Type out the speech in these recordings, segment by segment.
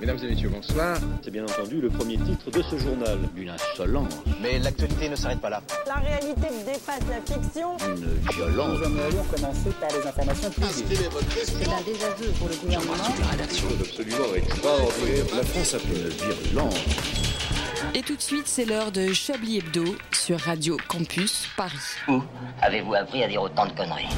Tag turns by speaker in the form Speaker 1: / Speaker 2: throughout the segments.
Speaker 1: Mesdames et messieurs, bonsoir.
Speaker 2: C'est bien entendu le premier titre de ce journal.
Speaker 3: Une insolence,
Speaker 4: Mais l'actualité ne s'arrête pas là.
Speaker 5: La réalité dépasse la fiction.
Speaker 3: une violence.
Speaker 6: Nous aimerions commencer par les informations privées.
Speaker 7: C'est un désaveu pour le gouvernement.
Speaker 8: Et tout de suite, c'est l'heure de Chablis Hebdo sur Radio Campus Paris.
Speaker 7: Où avez-vous appris à dire autant de conneries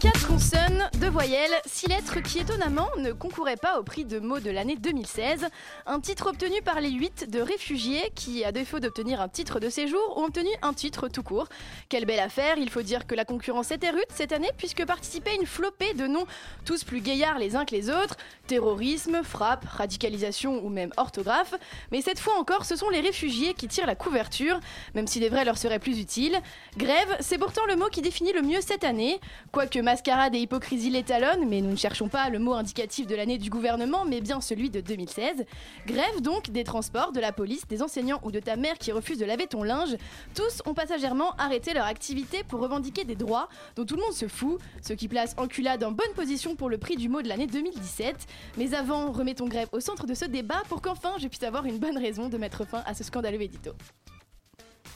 Speaker 9: Quatre consonnes, deux voyelles, six lettres qui étonnamment ne concouraient pas au prix de mots de l'année 2016. Un titre obtenu par les huit de réfugiés qui, à défaut d'obtenir un titre de séjour, ont obtenu un titre tout court. Quelle belle affaire, il faut dire que la concurrence était rude cette année puisque participait une flopée de noms tous plus gaillards les uns que les autres. Terrorisme, frappe, radicalisation ou même orthographe. Mais cette fois encore, ce sont les réfugiés qui tirent la couverture, même si les vrais leur seraient plus utiles. Grève, c'est pourtant le mot qui définit le mieux cette année. Quoique mascarade et hypocrisie l'étalonnent, mais nous ne cherchons pas le mot indicatif de l'année du gouvernement, mais bien celui de 2016. Grève donc des transports, de la police, des enseignants ou de ta mère qui refuse de laver ton linge. Tous ont passagèrement arrêté leur activité pour revendiquer des droits dont tout le monde se fout, ce qui place enculade en bonne position pour le prix du mot de l'année 2017. Mais avant, remettons grève au centre de ce débat pour qu'enfin je puisse avoir une bonne raison de mettre fin à ce scandaleux édito.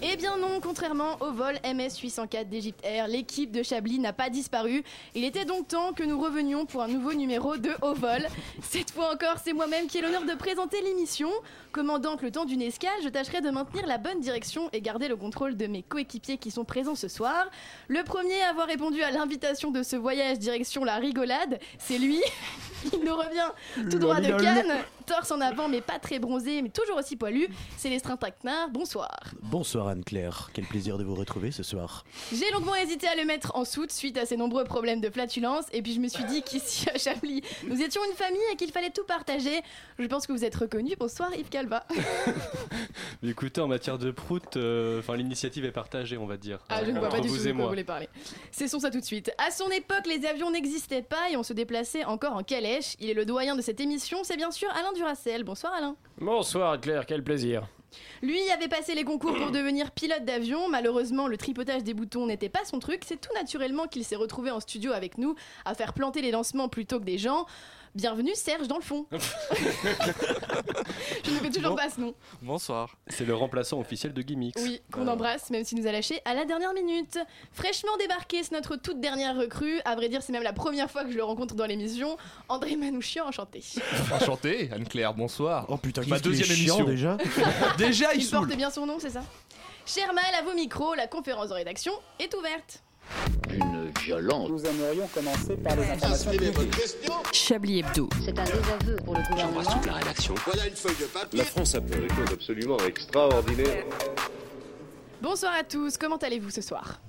Speaker 9: Eh bien non, contrairement au vol MS-804 d'Egypte Air, l'équipe de Chablis n'a pas disparu. Il était donc temps que nous revenions pour un nouveau numéro de Au vol. Cette fois encore, c'est moi-même qui ai l'honneur de présenter l'émission. Commandante le temps d'une escale, je tâcherai de maintenir la bonne direction et garder le contrôle de mes coéquipiers qui sont présents ce soir. Le premier à avoir répondu à l'invitation de ce voyage direction la rigolade, c'est lui. Il nous revient tout droit de Cannes, torse en avant mais pas très bronzé, mais toujours aussi poilu. C'est Lestrin Tacnard, bonsoir.
Speaker 10: Bonsoir Anne-Claire, quel plaisir de vous retrouver ce soir.
Speaker 9: J'ai longuement hésité à le mettre en soute suite à ses nombreux problèmes de flatulence, et puis je me suis dit qu'ici à Chablis, nous étions une famille et qu'il fallait tout partager. Je pense que vous êtes reconnu. Bonsoir Yves Calva.
Speaker 11: Mais Écoutez, en matière de prout, euh, enfin l'initiative est partagée, on va dire.
Speaker 9: Ah, je ne vois
Speaker 11: Entre
Speaker 9: pas du tout de
Speaker 11: vous et
Speaker 9: quoi vous
Speaker 11: moi.
Speaker 9: voulez parler. Cessons ça tout de suite. À son époque, les avions n'existaient pas et on se déplaçait encore en calèche. Il est le doyen de cette émission, c'est bien sûr Alain Duracel. Bonsoir Alain.
Speaker 12: Bonsoir Claire, quel plaisir.
Speaker 9: Lui avait passé les concours pour devenir pilote d'avion. Malheureusement, le tripotage des boutons n'était pas son truc. C'est tout naturellement qu'il s'est retrouvé en studio avec nous à faire planter les lancements plutôt que des gens. Bienvenue Serge dans le fond. Je ne fais toujours
Speaker 11: Bon.
Speaker 9: pas ce nom.
Speaker 12: Bonsoir.
Speaker 11: C'est le remplaçant officiel de Gimmicks.
Speaker 9: Oui, qu'on embrasse, même s'il nous a lâchés à la dernière minute. Fraîchement débarqué, c'est notre toute dernière recrue. À vrai dire, c'est même la première fois que je le rencontre dans l'émission. André Manouchian, enchanté.
Speaker 12: Ah, Enchanté, Anne-Claire, bonsoir.
Speaker 10: Oh putain,
Speaker 12: Ma
Speaker 10: qu'est-ce qu'il est
Speaker 12: deuxième
Speaker 10: chiant,
Speaker 12: émission.
Speaker 10: déjà.
Speaker 12: Déjà, il
Speaker 9: Il porte
Speaker 12: saoule.
Speaker 9: bien son nom, c'est ça Cher Maël, à vos micros, la conférence de rédaction est ouverte.
Speaker 3: Une violence.
Speaker 6: Nous aimerions commencer par les informations privées.
Speaker 8: Chablis Hebdo.
Speaker 7: C'est un désaveu pour le gouvernement.
Speaker 3: la rédaction.
Speaker 1: La France a fait des choses absolument extraordinaires.
Speaker 9: Bonsoir à tous, comment allez-vous ce soir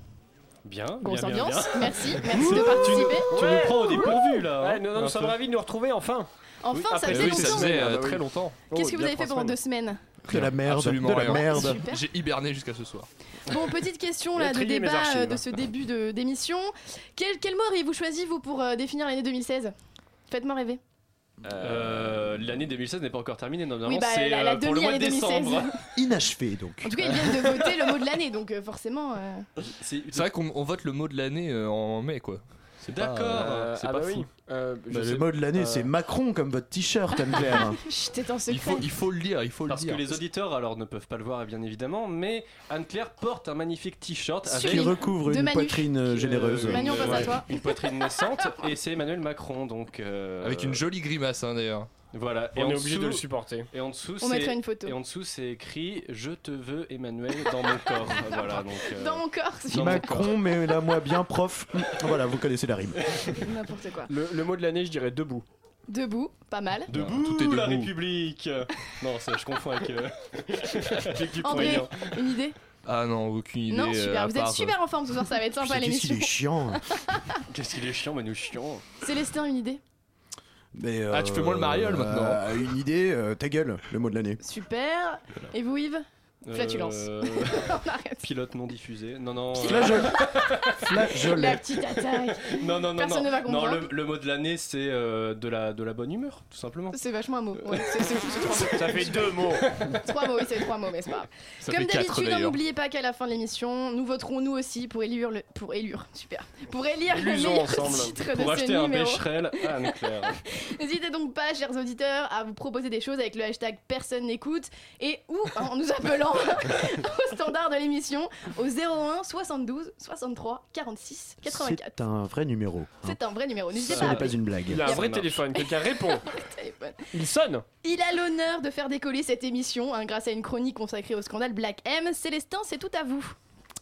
Speaker 11: Bien,
Speaker 9: Grosse
Speaker 11: bien, bien,
Speaker 9: ambiance,
Speaker 11: bien.
Speaker 9: merci, merci de participer.
Speaker 11: Tu nous prends au dépourvu là. hein.
Speaker 12: nous, nous
Speaker 11: Un
Speaker 12: sommes
Speaker 11: peu.
Speaker 12: ravis de nous retrouver enfin.
Speaker 9: Enfin, ça
Speaker 12: Après-
Speaker 9: faisait
Speaker 12: oui, ça
Speaker 9: longtemps.
Speaker 12: faisait euh, très longtemps.
Speaker 9: Qu'est-ce que vous avez fait pendant deux semaines
Speaker 10: De la merde,
Speaker 12: Absolument
Speaker 10: de la
Speaker 12: rien.
Speaker 10: merde.
Speaker 9: Super.
Speaker 12: J'ai hiberné jusqu'à ce soir.
Speaker 9: Bon, petite question
Speaker 12: J'ai
Speaker 9: là de
Speaker 12: trié mes
Speaker 9: débat
Speaker 12: archives.
Speaker 9: euh, de ce début de- d'émission. Quel, quel mot auriez-vous choisi vous pour euh, définir l'année 2016 Faites-moi rêver.
Speaker 11: Euh, L'année 2016 n'est pas encore terminée, normalement
Speaker 9: bah,
Speaker 11: c'est
Speaker 9: la- la
Speaker 11: euh, pour le mois de
Speaker 9: demi-année 2016.
Speaker 11: décembre.
Speaker 10: Inachevé donc.
Speaker 9: En tout cas, ils viennent de voter le mot de l'année, donc euh, forcément. euh,
Speaker 11: C'est
Speaker 12: C'est vrai qu'on on vote le mot de l'année euh, en mai, quoi.
Speaker 11: c'est d'accord,
Speaker 12: euh,
Speaker 11: c'est
Speaker 12: ah
Speaker 11: pas fou.
Speaker 10: Bah, le mot de l'année, c'est Macron comme votre t-shirt, Anne-Claire.
Speaker 9: Chut, t'es en secret.
Speaker 12: Il faut, il faut le dire, il faut
Speaker 11: Parce
Speaker 12: le
Speaker 11: que
Speaker 12: dire.
Speaker 11: les auditeurs alors ne peuvent pas le voir bien évidemment, mais Anne-Claire porte un magnifique t-shirt avec
Speaker 10: qui
Speaker 9: Sur-
Speaker 10: recouvre
Speaker 9: De
Speaker 10: une
Speaker 9: Manu.
Speaker 10: poitrine euh, généreuse.
Speaker 11: euh,
Speaker 9: Manu, on passe à
Speaker 11: ouais,
Speaker 9: toi.
Speaker 11: Une poitrine naissante et c'est Emmanuel Macron donc. euh,
Speaker 12: Avec une jolie grimace, hein, d'ailleurs.
Speaker 11: Voilà. Et en dessous-
Speaker 12: supporter.
Speaker 11: Et en dessous
Speaker 9: On mettra
Speaker 11: c'est
Speaker 9: une photo.
Speaker 11: et en dessous c'est écrit je te veux Emmanuel dans mon corps. voilà donc. euh,
Speaker 9: Dans mon corps,
Speaker 11: Dans mon
Speaker 9: euh,
Speaker 10: Macron, mais là, moi, bien prof. voilà, vous connaissez la rime.
Speaker 9: n'importe quoi.
Speaker 12: Le, mot de l'année, je dirais debout.
Speaker 9: Debout, pas mal.
Speaker 11: Debout,
Speaker 12: tout est
Speaker 11: la
Speaker 12: debout.
Speaker 11: République Non, ça, je confonds avec... Euh... avec du
Speaker 9: André,
Speaker 11: poignet.
Speaker 9: une idée
Speaker 12: Ah non, aucune idée.
Speaker 9: Non,
Speaker 12: euh, à
Speaker 9: super. Vous êtes
Speaker 12: part,
Speaker 9: super en forme ce soir, ça va être sympa
Speaker 10: Putain, Qu'est-ce qu'il
Speaker 9: l'émission.
Speaker 10: est chiant. hein.
Speaker 11: Qu'est-ce qu'il est chiant, Manu, chiant
Speaker 9: Célestin, une idée
Speaker 10: Mais,
Speaker 12: Ah, tu fais moins le mariole, maintenant.
Speaker 10: euh, une idée, euh, ta gueule, le mot de l'année.
Speaker 9: Super. Et vous, Yves Flatulence.
Speaker 11: Euh, Pilote non diffusé. Non, non.
Speaker 9: Flageole.
Speaker 11: Flageole.
Speaker 9: La petite attaque.
Speaker 11: Non, non, non.
Speaker 9: Personne
Speaker 11: non.
Speaker 9: ne va
Speaker 11: Non,
Speaker 9: comprendre.
Speaker 11: le, le mot de l'année, c'est euh, de, la, de la bonne humeur, tout simplement.
Speaker 9: C'est vachement un mot. ouais, c'est- c'est- c'est trois mots.
Speaker 11: Ça fait deux mots.
Speaker 9: Trois mots, oui, c'est trois mots, mais c'est pas grave.
Speaker 11: Ça
Speaker 9: Comme
Speaker 11: fait quatre,
Speaker 9: d'habitude, hein,
Speaker 11: d'ailleurs.
Speaker 9: n'oubliez pas qu'à la fin de l'émission, nous voterons nous aussi pour élire le, pour élire, super, pour élire le
Speaker 11: Lisons
Speaker 9: meilleur
Speaker 11: ensemble
Speaker 9: titre
Speaker 11: pour
Speaker 9: de
Speaker 11: acheter
Speaker 9: ce
Speaker 11: un
Speaker 9: numéro.
Speaker 11: Becherel à Anne-Claire.
Speaker 9: N'hésitez donc pas, chers auditeurs, à vous proposer des choses avec le hashtag personne n'écoute et ou en nous appelant au standard de l'émission au 01 72 63 46 84.
Speaker 10: C'est un vrai numéro. hein.
Speaker 9: C'est un vrai numéro, n'hésitez
Speaker 10: Ce
Speaker 9: pas. à
Speaker 10: n'est pas
Speaker 9: appeler.
Speaker 10: une blague.
Speaker 9: Il a un vrai
Speaker 11: téléphone, quelqu'un répond.
Speaker 9: Téléphone.
Speaker 11: Il sonne.
Speaker 9: Il a l'honneur de faire décoller cette émission hein, grâce à une chronique consacrée au scandale Black M. Célestin, c'est tout à vous.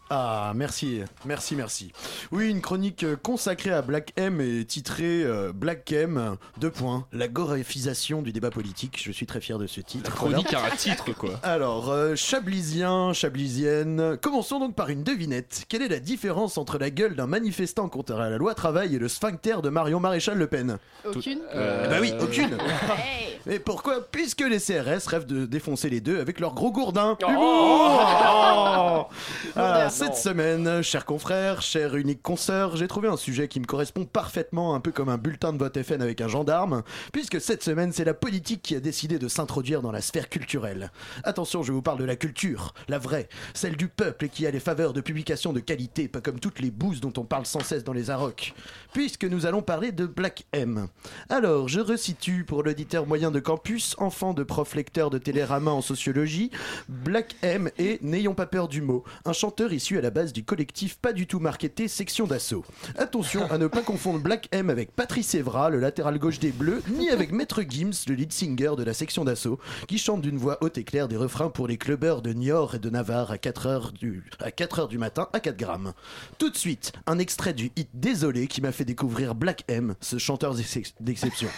Speaker 10: Ah, merci, merci, merci. Oui, une chronique euh, consacrée à Black M et titrée euh, Black M, euh, deux points, la goréfisation du débat politique. Je suis très fier de ce titre.
Speaker 12: Chronique
Speaker 10: Voilà.
Speaker 12: à un titre, quoi.
Speaker 10: Alors, euh, chablisien, chablisienne, commençons donc par une devinette. Quelle est la différence entre la gueule d'un manifestant contre la loi travail et le sphincter de Marion Maréchal Le Pen
Speaker 9: Aucune.
Speaker 11: Euh,
Speaker 10: Eh Bah oui, aucune
Speaker 9: Hey.
Speaker 10: Et pourquoi Puisque les CRS rêvent de défoncer les deux avec leur gros gourdin
Speaker 13: Oh
Speaker 10: Humour Alors, cette semaine, chers confrères, chers uniques consoeurs, j'ai trouvé un sujet qui me correspond parfaitement, un peu comme un bulletin de vote FN avec un gendarme, puisque cette semaine, c'est la politique qui a décidé de s'introduire dans la sphère culturelle. Attention, je vous parle de la culture, la vraie, celle du peuple et qui a les faveurs de publications de qualité, pas comme toutes les bouses dont on parle sans cesse dans les AROC, puisque nous allons parler de Black M. Alors, je resitue pour l'auditeur moyen de campus, enfant de prof lecteur de Télérama en sociologie, Black M et N'ayons pas peur du mot, un chanteur issu à la base du collectif pas du tout marketé Section d'Assaut. Attention à ne pas confondre Black M avec Patrice Evra, le latéral gauche des Bleus, ni avec Maître Gims, le lead singer de la Section d'Assaut, qui chante d'une voix haute et claire des refrains pour les clubbers de Niort et de Navarre à 4h du, à 4 heures du matin à 4 grammes. Tout de suite, un extrait du hit Désolé qui m'a fait découvrir Black M, ce chanteur d'ex- d'exception.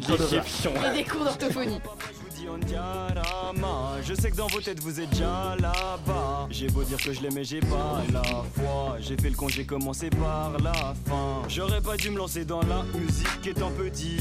Speaker 9: Et des cours d'orthophonie.
Speaker 14: Diorama. Je sais que dans vos têtes vous êtes déjà là-bas. J'ai beau dire que je l'aimais, j'ai pas la foi. J'ai fait le con, j'ai commencé par la fin. J'aurais pas dû me lancer dans la musique étant petit.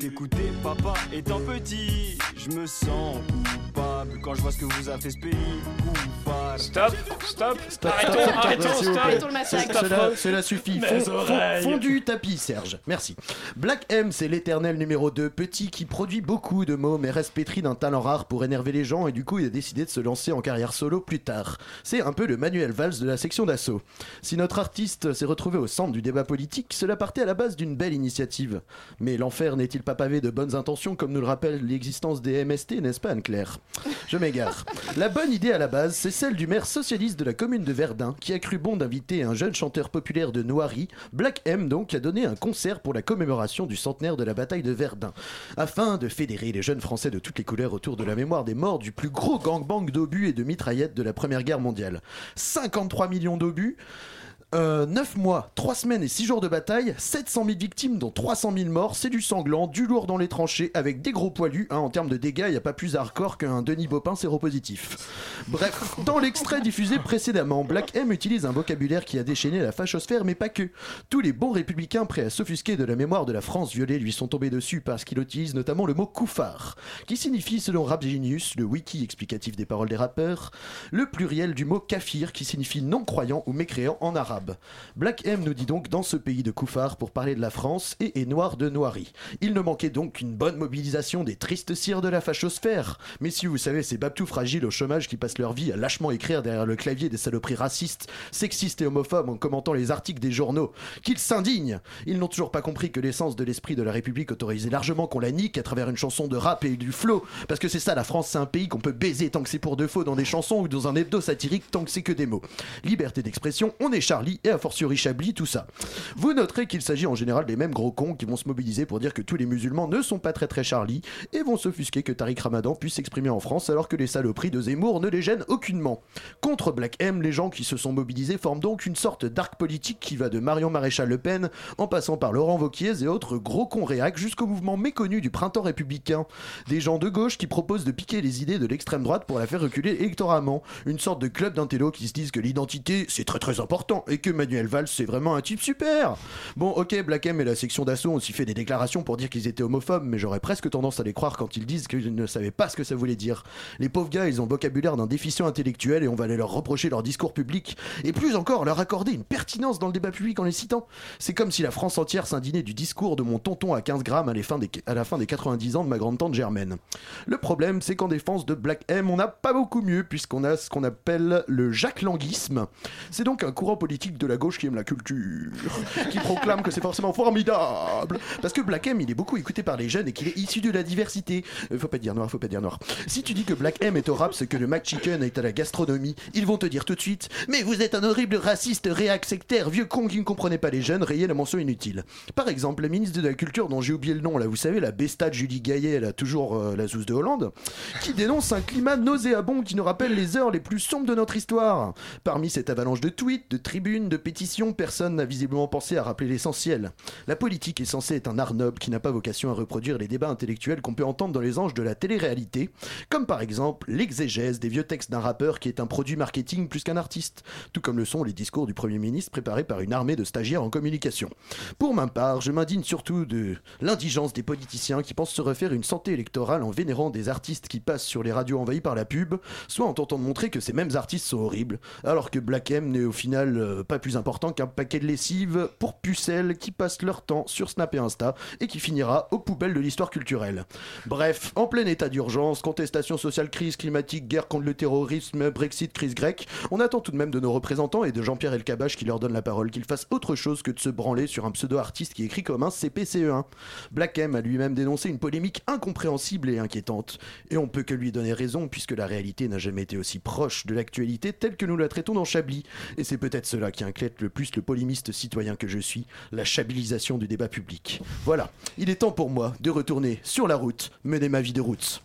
Speaker 14: T'écouter papa étant petit. Je me sens coupable quand je vois ce que vous a fait ce pays. Coupable. Stop, stop,
Speaker 10: Stop, stop, stop, stop, s'il vous plaît. C'est- Cela, cela suffit.
Speaker 14: Mes
Speaker 10: Fond- fond-
Speaker 14: oreilles.
Speaker 10: Fondu tapis, Serge. Merci. Black M, c'est l'éternel numéro 2, petit qui produit beaucoup de mots mais reste pétri d'un talent rare pour énerver les gens et du coup il a décidé de se lancer en carrière solo plus tard. C'est un peu le Manuel Valls de la section d'assaut. Si notre artiste s'est retrouvé au centre du débat politique, cela partait à la base d'une belle initiative. Mais l'enfer n'est-il pas pavé de bonnes intentions comme nous le rappelle l'existence des MST, n'est-ce pas Anne-Claire Je m'égare. La bonne idée à la base, c'est celle du maire socialiste de la commune de Verdun qui a cru bon d'inviter un jeune chanteur populaire de Noiry, Black M donc, a donné un concert pour la commémoration du centenaire de la bataille de Verdun, afin de fédérer les jeunes Français de toutes les couleurs autour de la mémoire des morts du plus gros gangbang d'obus et de mitraillettes de la Première Guerre mondiale. 53 millions d'obus euh, 9 mois, 3 semaines et 6 jours de bataille, 700 000 victimes dont 300 000 morts, c'est du sanglant, du lourd dans les tranchées, avec des gros poilus, hein, en termes de dégâts, il n'y a pas plus hardcore qu'un Denis Baupin séropositif. Bref, dans l'extrait diffusé précédemment, Black M utilise un vocabulaire qui a déchaîné la fachosphère, mais pas que. Tous les bons républicains prêts à s'offusquer de la mémoire de la France violée lui sont tombés dessus parce qu'il utilise notamment le mot couffard, qui signifie, selon Rap Genius, le wiki explicatif des paroles des rappeurs, le pluriel du mot kafir qui signifie non-croyant ou mécréant en arabe. Black M nous dit donc dans ce pays de Koufar pour parler de la France et est noir de noirie. Il ne manquait donc qu'une bonne mobilisation des tristes cires de la fachosphère. Mais si vous savez ces babtous fragiles au chômage qui passent leur vie à lâchement écrire derrière le clavier des saloperies racistes, sexistes et homophobes en commentant les articles des journaux, qu'ils s'indignent Ils n'ont toujours pas compris que l'essence de l'esprit de la République autorisait largement qu'on la nique à travers une chanson de rap et du flow, parce que c'est ça la France, c'est un pays qu'on peut baiser tant que c'est pour de faux dans des chansons ou dans un hebdo satirique tant que c'est que des mots. Liberté d'expression, on est Charlie et a fortiori Chablis, tout ça. Vous noterez qu'il s'agit en général des mêmes gros cons qui vont se mobiliser pour dire que tous les musulmans ne sont pas très très Charlie et vont s'offusquer que Tariq Ramadan puisse s'exprimer en France alors que les saloperies de Zemmour ne les gênent aucunement. Contre Black M, les gens qui se sont mobilisés forment donc une sorte d'arc politique qui va de Marion Maréchal Le Pen en passant par Laurent Vauquiez et autres gros cons réac jusqu'au mouvement méconnu du printemps républicain. Des gens de gauche qui proposent de piquer les idées de l'extrême droite pour la faire reculer électoralement. Une sorte de club d'intello qui se disent que l'identité c'est très très important et que Manuel Valls c'est vraiment un type super. Bon ok Black M et la section d'assaut ont aussi fait des déclarations pour dire qu'ils étaient homophobes mais j'aurais presque tendance à les croire quand ils disent qu'ils ne savaient pas ce que ça voulait dire. Les pauvres gars ils ont le vocabulaire d'un déficient intellectuel et on va aller leur reprocher leur discours public et plus encore leur accorder une pertinence dans le débat public en les citant. C'est comme si la France entière s'indignait du discours de mon tonton à 15 grammes à, les fins des- à la fin des 90 ans de ma grande-tante Germaine. Le problème, c'est qu'en défense de Black M, on n'a pas beaucoup mieux puisqu'on a ce qu'on appelle le Jacques Languisme. C'est donc un courant politique de la gauche qui aime la culture, qui proclame que c'est forcément formidable. Parce que Black M, il est beaucoup écouté par les jeunes et qu'il est issu de la diversité. Euh, Faut pas dire noir, faut pas dire noir. Si tu dis que Black M est au rap ce que le McChicken est à la gastronomie, ils vont te dire tout de suite Mais vous êtes un horrible raciste, réac, sectaire, vieux con qui ne comprenait pas les jeunes, rayez la mention inutile. Par exemple, la ministre de la Culture, dont j'ai oublié le nom, là, vous savez, la besta de Julie Gaillet, elle a toujours euh, la zouze de Hollande, qui dénonce un climat nauséabond qui nous rappelle les heures les plus sombres de notre histoire. Parmi cette avalanche de tweets, de tribunes, de pétitions, personne n'a visiblement pensé à rappeler l'essentiel. La politique est censée être un art noble qui n'a pas vocation à reproduire les débats intellectuels qu'on peut entendre dans les anges de la télé-réalité, comme par exemple l'exégèse des vieux textes d'un rappeur qui est un produit marketing plus qu'un artiste, tout comme le sont les discours du Premier ministre préparés par une armée de stagiaires en communication. Pour ma part, je m'indigne surtout de l'indigence des politiciens qui pensent se refaire une santé électorale en vénérant des artistes qui passent sur les radios envahies par la pub, soit en tentant de montrer que ces mêmes artistes sont horribles, alors que Black M n'est au final euh, pas plus important qu'un paquet de lessive pour pucelles qui passent leur temps sur Snap et Insta et qui finira aux poubelles de l'histoire culturelle. Bref, en plein état d'urgence, contestation sociale, crise climatique, guerre contre le terrorisme, Brexit, crise grecque, on attend tout de même de nos représentants et de Jean-Pierre Elkabach qui leur donne la parole qu'ils fassent autre chose que de se branler sur un pseudo-artiste qui écrit comme E un CPCE1. Black M a lui-même dénoncé une polémique incompréhensible et inquiétante. Et on peut que lui donner raison puisque la réalité n'a jamais été aussi proche de l'actualité telle que nous la traitons dans Chablis. Et c'est peut-être cela qui inquiète le plus le polémiste citoyen que je suis, la chabilisation du débat public. Voilà, il est temps pour moi de retourner sur la route, mener ma vie de route.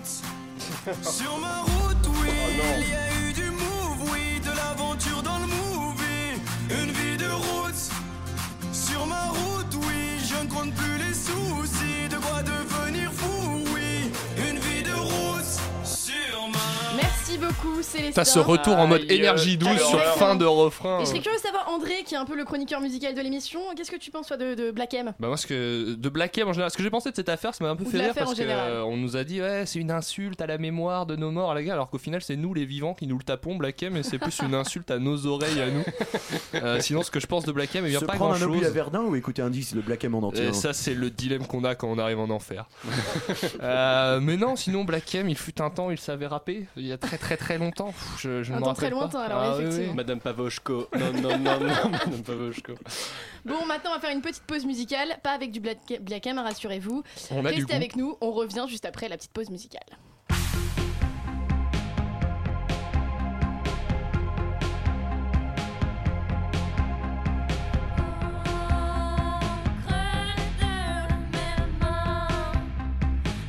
Speaker 14: Sur ma route, oui, il y a eu du move, oui, de l'aventure dans le movie. Une vie de route. Sur ma route, oui, je ne compte plus les soucis. De quoi devenir fou, oui. Une vie de route. Sur ma.
Speaker 9: Merci beaucoup, Célestin.
Speaker 12: T'as ce retour en mode
Speaker 9: Aïe,
Speaker 12: énergie douce
Speaker 9: alors,
Speaker 12: sur
Speaker 9: ouais.
Speaker 12: fin de refrain.
Speaker 9: Et je serais curieux de savoir, André, qui est un peu le chroniqueur musical de l'émission, qu'est-ce que tu penses, toi, de, de Black M
Speaker 12: Bah moi ce que de Black M en général, ce que j'ai pensé de cette affaire, ça m'a un peu
Speaker 9: Ou de
Speaker 12: fait rire
Speaker 9: l'affaire en
Speaker 12: parce que
Speaker 9: général.
Speaker 12: euh, on nous a dit ouais c'est une insulte à la mémoire de nos morts les gars, alors qu'au final c'est nous les vivants qui nous le tapons Black M et c'est plus une insulte à nos oreilles à nous. Euh, sinon ce que je pense de Black M, il y a
Speaker 10: Se
Speaker 12: pas grand
Speaker 10: prendre un
Speaker 12: chose.
Speaker 10: oubli à Verdun ou écouter un disque de Black M en entier hein.
Speaker 12: Et ça, c'est le dilemme qu'on a quand on arrive en enfer. Euh, mais non, sinon, Black M, il fut un temps, il savait rapper. Il y a très très très longtemps. Pff, Je, je ne
Speaker 9: Un
Speaker 12: me
Speaker 9: temps très
Speaker 12: rappelle
Speaker 9: lointain,
Speaker 12: pas.
Speaker 9: alors,
Speaker 12: Ah, oui,
Speaker 9: effectivement.
Speaker 12: oui. Madame Pavoshko. Non, non, non, non, Madame Pavoshko.
Speaker 9: Bon, maintenant, on va faire une petite pause musicale, pas avec du Black, Black M, rassurez-vous.
Speaker 12: On a du
Speaker 9: Restez
Speaker 12: goût.
Speaker 9: avec nous, on revient juste après la petite pause musicale.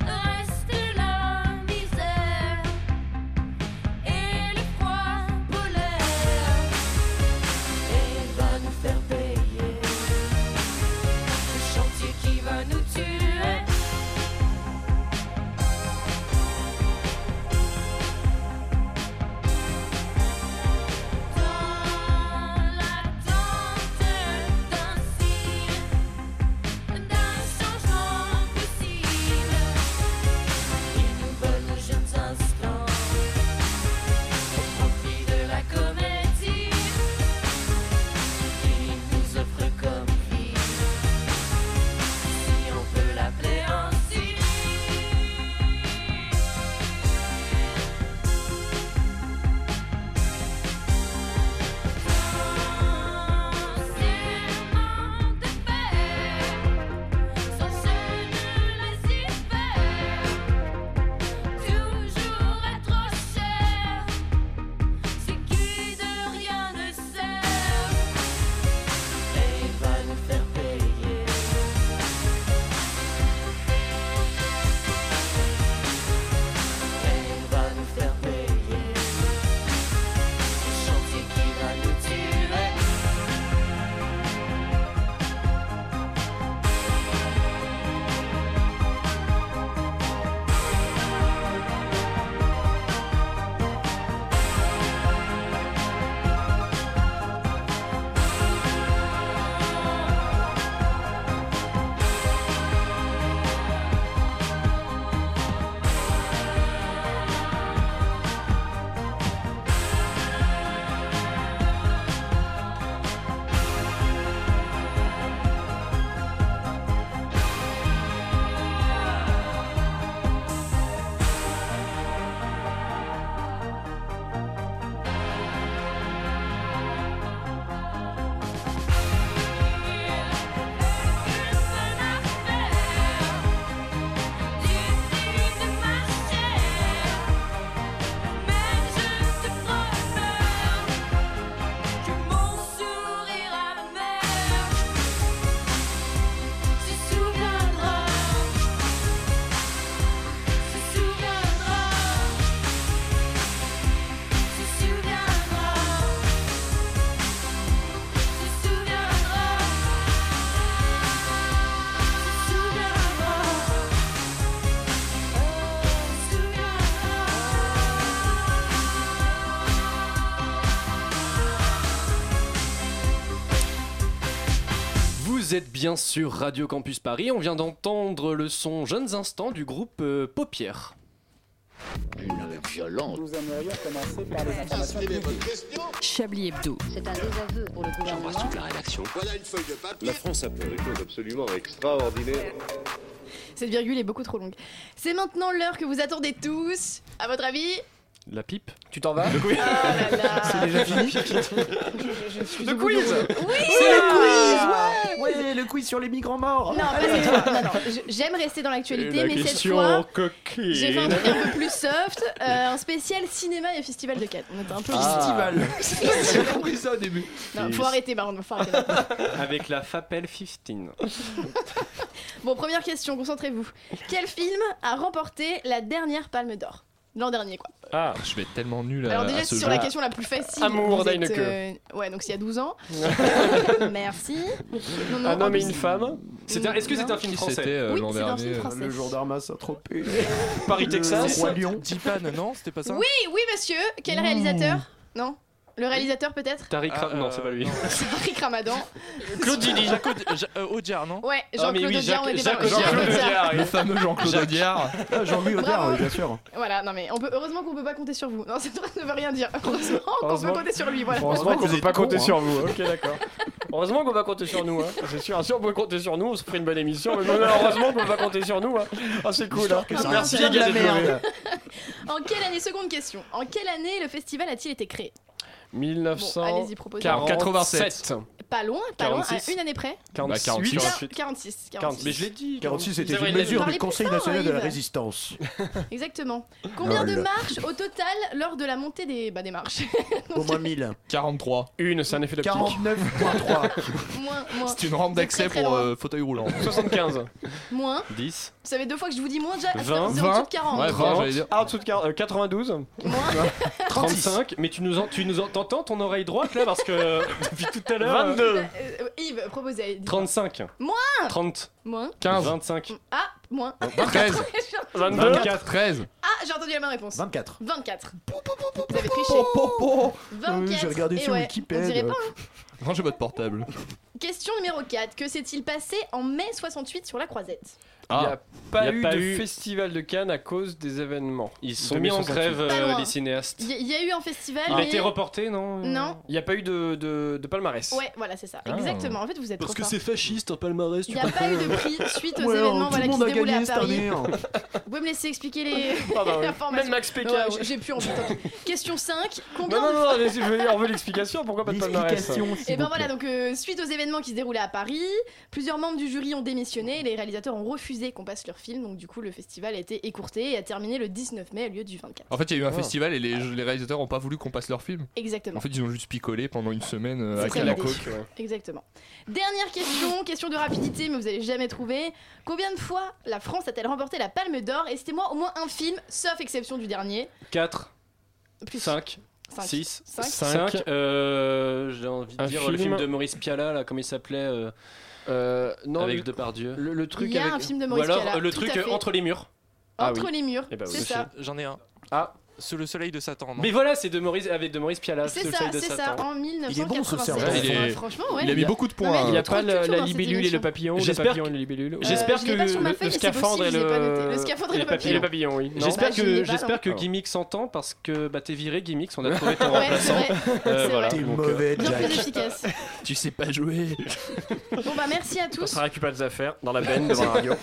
Speaker 13: Reste la misère et le froid polaire et va nous faire payer le chantier qui va nous tuer.
Speaker 11: Vous êtes bien sur Radio Campus Paris. On vient d'entendre le son Jeunes Instants du groupe euh, Paupière.
Speaker 3: Une violence.
Speaker 6: Nous aimerions commencer par les informations publiques.
Speaker 8: Chablis Hebdo.
Speaker 7: C'est un désaveu pour le gouvernement.
Speaker 1: la rédaction. Voilà une feuille de papier. La France a fait des choses absolument extraordinaires.
Speaker 9: Cette virgule est beaucoup trop longue. C'est maintenant l'heure que vous attendez tous. À votre avis Oh
Speaker 11: La pipe
Speaker 12: Tu t'en vas
Speaker 9: C'est
Speaker 12: déjà fini
Speaker 9: Le quiz Oui
Speaker 10: C'est le quiz, ouais Ouais, le quiz sur les migrants morts
Speaker 9: Non, pas
Speaker 10: Allez.
Speaker 9: cette
Speaker 12: Ah
Speaker 9: fois. Non, non. Je- J'aime rester dans l'actualité, mais cette fois, j'ai fait un truc un peu plus soft, euh, un spécial cinéma et festival de Cannes. On était un peu
Speaker 12: Festival. J'ai compris Ah. ça au début.
Speaker 9: Non, faut arrêter, Baron. faut arrêter.
Speaker 11: Avec la FAPEL 15.
Speaker 9: Bon, première question, concentrez-vous. Quel film a remporté la dernière Palme d'Or L'an dernier, quoi.
Speaker 12: Ah, je vais être tellement nul à
Speaker 9: Alors, déjà,
Speaker 12: Euh, à ce
Speaker 9: sur
Speaker 12: jeu.
Speaker 9: la question la plus facile.
Speaker 12: Amour
Speaker 9: vous êtes,
Speaker 12: d'Heineke.
Speaker 9: euh, Ouais, donc c'est il y a 12 ans. Merci. Non,
Speaker 11: Ah
Speaker 12: Ah
Speaker 9: non, en plus-
Speaker 11: femme C'était un- Est-ce que c'est un film
Speaker 12: Qui
Speaker 11: français
Speaker 12: c'était euh, l'an dernier euh,
Speaker 10: Le gendarme a Saint-Tropez.
Speaker 12: Paris,
Speaker 10: Le
Speaker 12: Texas.
Speaker 10: Roi Lion.
Speaker 12: Dipan, non, c'était pas ça
Speaker 9: Oui, Eh oui, monsieur. Quel réalisateur Non Le réalisateur, peut-être
Speaker 11: Tariq Ra- Non, c'est pas lui.
Speaker 9: Tariq Ramadan.
Speaker 15: Claude Zidi, Jacques Aud- Ja- euh, Audiard, non
Speaker 9: Ouais,
Speaker 15: Ah,
Speaker 9: Jean-Claude
Speaker 15: mais oui,
Speaker 9: Audiard, on
Speaker 15: Jacques-
Speaker 9: était
Speaker 15: Jacques
Speaker 9: pas loin.
Speaker 15: Audiard.
Speaker 9: Jean-Claude Audiard.
Speaker 12: Le fameux Jean-Claude Audiard.
Speaker 10: Ah, Jean-Louis Audard,
Speaker 9: Bravo.
Speaker 10: oui, bien sûr.
Speaker 9: Voilà, non mais on peut, heureusement qu'on peut pas compter sur vous. Non, ça ne veut rien dire. Heureusement qu'on peut
Speaker 15: Heureusement-
Speaker 9: compter sur lui. Voilà.
Speaker 15: Heureusement qu'on
Speaker 10: vous
Speaker 15: peut
Speaker 10: êtes
Speaker 15: pas
Speaker 10: cons,
Speaker 15: compter
Speaker 10: hein.
Speaker 15: sur vous. Ok, d'accord. Heureusement qu'on va compter sur nous. Hein. C'est sûr, si on peut compter sur nous, on se ferait une bonne émission. Mais non, non, heureusement qu'on va compter sur nous. Hein. Ah, c'est cool. Hein.
Speaker 10: que ça
Speaker 15: Merci,
Speaker 10: revient
Speaker 15: les
Speaker 10: de la
Speaker 15: gars, d'être
Speaker 10: merde.
Speaker 15: venus.
Speaker 9: En quelle année Seconde question. En quelle année le festival a-t-il été créé Bon, allez-y, proposez.
Speaker 15: 1947.
Speaker 9: Pas loin, pas
Speaker 15: 46.
Speaker 9: loin, à une année près.
Speaker 15: 46.
Speaker 9: Bien,
Speaker 15: 48.
Speaker 9: 46.
Speaker 15: 46.
Speaker 9: 46.
Speaker 15: Mais je l'ai dit.
Speaker 10: 46,
Speaker 15: C'est
Speaker 10: c'était
Speaker 15: vrai,
Speaker 10: une
Speaker 15: il a
Speaker 10: mesure
Speaker 9: parlé
Speaker 10: du
Speaker 9: plus
Speaker 10: Conseil
Speaker 9: fort,
Speaker 10: national de la
Speaker 9: Yves.
Speaker 10: résistance.
Speaker 9: Exactement. Combien de
Speaker 10: Lol.
Speaker 9: marches au total lors de la montée des, bah, des marches
Speaker 10: Au moins 1000.
Speaker 12: 43.
Speaker 15: Une, c'est un effet d'optique.
Speaker 10: 49.3
Speaker 9: Moins, moins,
Speaker 12: C'est une rampe d'accès
Speaker 9: très
Speaker 12: pour
Speaker 9: loin.
Speaker 12: euh, fauteuil roulant.
Speaker 15: 75.
Speaker 9: moins.
Speaker 12: 10.
Speaker 9: Ça fait deux fois que je vous dis moins déjà.
Speaker 15: 20.
Speaker 9: 0 de 40.
Speaker 12: Ouais, 20, j'allais dire.
Speaker 15: Ah, en dessous de 40, euh, 92.
Speaker 11: 35. Mais tu nous en- tu nous en- t'entends ton oreille droite là parce que depuis tout à l'heure. euh,
Speaker 15: 22.
Speaker 9: Euh, euh, Yves, proposez. allez, dites-
Speaker 11: 35.
Speaker 9: Moins
Speaker 11: 30.
Speaker 9: Moins
Speaker 11: 15. 25.
Speaker 9: Ah, moins
Speaker 11: 13.
Speaker 15: 22.
Speaker 12: 13.
Speaker 9: Ah, j'ai entendu la bonne réponse.
Speaker 10: 24.
Speaker 9: 24. Vous avez triché. 24.
Speaker 10: J'ai regardé
Speaker 9: et
Speaker 10: sur
Speaker 9: ouais,
Speaker 10: Wikipédia.
Speaker 9: On dirait pas. hein.
Speaker 12: Non, j'ai votre portable.
Speaker 9: Question numéro 4. Que s'est-il passé en mai 68 sur la Croisette
Speaker 15: Il
Speaker 12: Ah,
Speaker 15: n'y a pas
Speaker 11: Ah, Il y a
Speaker 15: eu
Speaker 11: pas
Speaker 15: de
Speaker 11: eu-
Speaker 15: festival de Cannes à cause des événements.
Speaker 11: Ils sont mis en
Speaker 15: 2068.
Speaker 11: grève
Speaker 9: Pas
Speaker 11: euh,
Speaker 9: loin.
Speaker 11: les cinéastes.
Speaker 9: Il y, il y a eu un festival.
Speaker 11: Il a
Speaker 9: mais-
Speaker 11: été reporté, non
Speaker 9: Non.
Speaker 15: euh, Il n'y a pas eu de, de, de palmarès.
Speaker 9: Ouais, voilà, c'est ça.
Speaker 15: Ah.
Speaker 9: Exactement. En fait, vous êtes trop fort.
Speaker 11: fasciste un palmarès,
Speaker 9: Il n'y a pas eu de prix suite aux
Speaker 10: Ouais,
Speaker 9: événements
Speaker 10: tout le
Speaker 9: voilà, qui
Speaker 10: monde
Speaker 9: se
Speaker 10: a
Speaker 9: déroulaient à
Speaker 10: gagné cette
Speaker 9: Paris.
Speaker 10: année. hein.
Speaker 9: Vous pouvez me laisser expliquer les
Speaker 15: Ah bah oui.
Speaker 9: informations
Speaker 15: Même Max Pékin,
Speaker 9: Ouais,
Speaker 15: je-
Speaker 9: J'ai j'ai plus envie. tant pis. Question 5. Combien
Speaker 15: Non, non,
Speaker 9: de
Speaker 15: non, mais je veux dire, on veut l'explication. Pourquoi pas de palmarès
Speaker 10: L'explication,
Speaker 9: Et
Speaker 10: s'il
Speaker 9: ben
Speaker 10: vous
Speaker 9: voilà,
Speaker 10: plaît.
Speaker 9: donc euh, suite aux événements qui se déroulaient à Paris, plusieurs membres du jury ont démissionné, les réalisateurs ont refusé qu'on passe leur film, donc du coup le festival a été écourté et a terminé le 19 mai au lieu du 24.
Speaker 12: En fait, il y a eu un festival et les, les réalisateurs ont pas voulu qu'on passe leur film.
Speaker 9: Exactement.
Speaker 12: En fait, ils ont juste picolé pendant une semaine euh,
Speaker 9: C'est
Speaker 12: avec
Speaker 9: très
Speaker 12: la
Speaker 9: bien.
Speaker 12: coke. ouais.
Speaker 9: Exactement. Dernière question, question de rapidité, mais vous allez jamais trouver. Combien de fois la France a-t-elle remporté la Palme d'Or Et c'était moi au moins un film, sauf exception du dernier.
Speaker 11: 4.
Speaker 9: Plus.
Speaker 11: 5.
Speaker 9: Cinq.
Speaker 11: 6.
Speaker 9: Cinq.
Speaker 11: 5. euh, J'ai envie de
Speaker 15: Un
Speaker 11: dire le film
Speaker 15: film.
Speaker 11: de Maurice Piala, là, comment il s'appelait euh,
Speaker 15: non,
Speaker 11: Avec
Speaker 15: le-
Speaker 11: Depardieu.
Speaker 15: Le, le truc
Speaker 9: Il y a
Speaker 15: avec.
Speaker 9: un film de
Speaker 11: Ou
Speaker 9: Maurice
Speaker 11: alors
Speaker 9: Piala,
Speaker 11: euh, le
Speaker 9: tout
Speaker 11: truc
Speaker 9: à
Speaker 11: euh,
Speaker 9: fait.
Speaker 11: entre les murs.
Speaker 15: Ah
Speaker 9: Entre
Speaker 15: oui.
Speaker 9: les murs,
Speaker 11: Eh ben oui.
Speaker 9: c'est
Speaker 11: Monsieur.
Speaker 9: ça.
Speaker 15: J'en ai un.
Speaker 11: Ah.
Speaker 15: Sous le soleil de Satan. non
Speaker 11: Mais voilà, c'est de Maurice avec de Maurice Piala.
Speaker 9: C'est
Speaker 11: Sous le
Speaker 9: ça,
Speaker 11: soleil de
Speaker 9: c'est ça,
Speaker 11: Satan.
Speaker 9: en
Speaker 10: est bon, ce serveur.
Speaker 9: 1987.
Speaker 12: Il est-
Speaker 9: Franchement, ouais.
Speaker 12: il a mis beaucoup de
Speaker 9: Ah,
Speaker 12: points.
Speaker 15: Il n'y
Speaker 12: hein.
Speaker 15: a pas la,
Speaker 9: culture
Speaker 15: la
Speaker 9: dans cette
Speaker 15: libellule et
Speaker 9: émission.
Speaker 15: le papillon, le
Speaker 11: J'espère
Speaker 15: papillon
Speaker 11: que- Euh,
Speaker 15: et le libellule.
Speaker 11: J'espère
Speaker 9: je
Speaker 11: que
Speaker 9: l'ai pas sur ma
Speaker 11: le,
Speaker 9: feuille,
Speaker 11: le
Speaker 9: mais c'est
Speaker 11: scaphandre et
Speaker 9: possible,
Speaker 11: le,
Speaker 9: je l'ai pas noté. Le scaphandre et le papillon.
Speaker 15: Et le papillon, oui. Oh. Non
Speaker 11: J'espère
Speaker 9: Bah, je l'ai
Speaker 11: que
Speaker 9: pas,
Speaker 11: j'espère que
Speaker 15: non.
Speaker 11: Gimmick s'entend parce que bah t'es viré Gimmick, on a trouvé ton
Speaker 9: Ouais, c'est
Speaker 11: remplaçant.
Speaker 9: vrai.
Speaker 11: Euh,
Speaker 9: C'est
Speaker 11: voilà.
Speaker 10: T'es
Speaker 11: Donc, euh,
Speaker 10: mauvais,
Speaker 9: Bien plus
Speaker 10: Ah, Jack.
Speaker 9: efficace.
Speaker 12: Tu sais pas jouer.
Speaker 9: Bon bah merci à
Speaker 15: On
Speaker 9: tous.
Speaker 15: sera récupéré des affaires dans la benne devant la radio.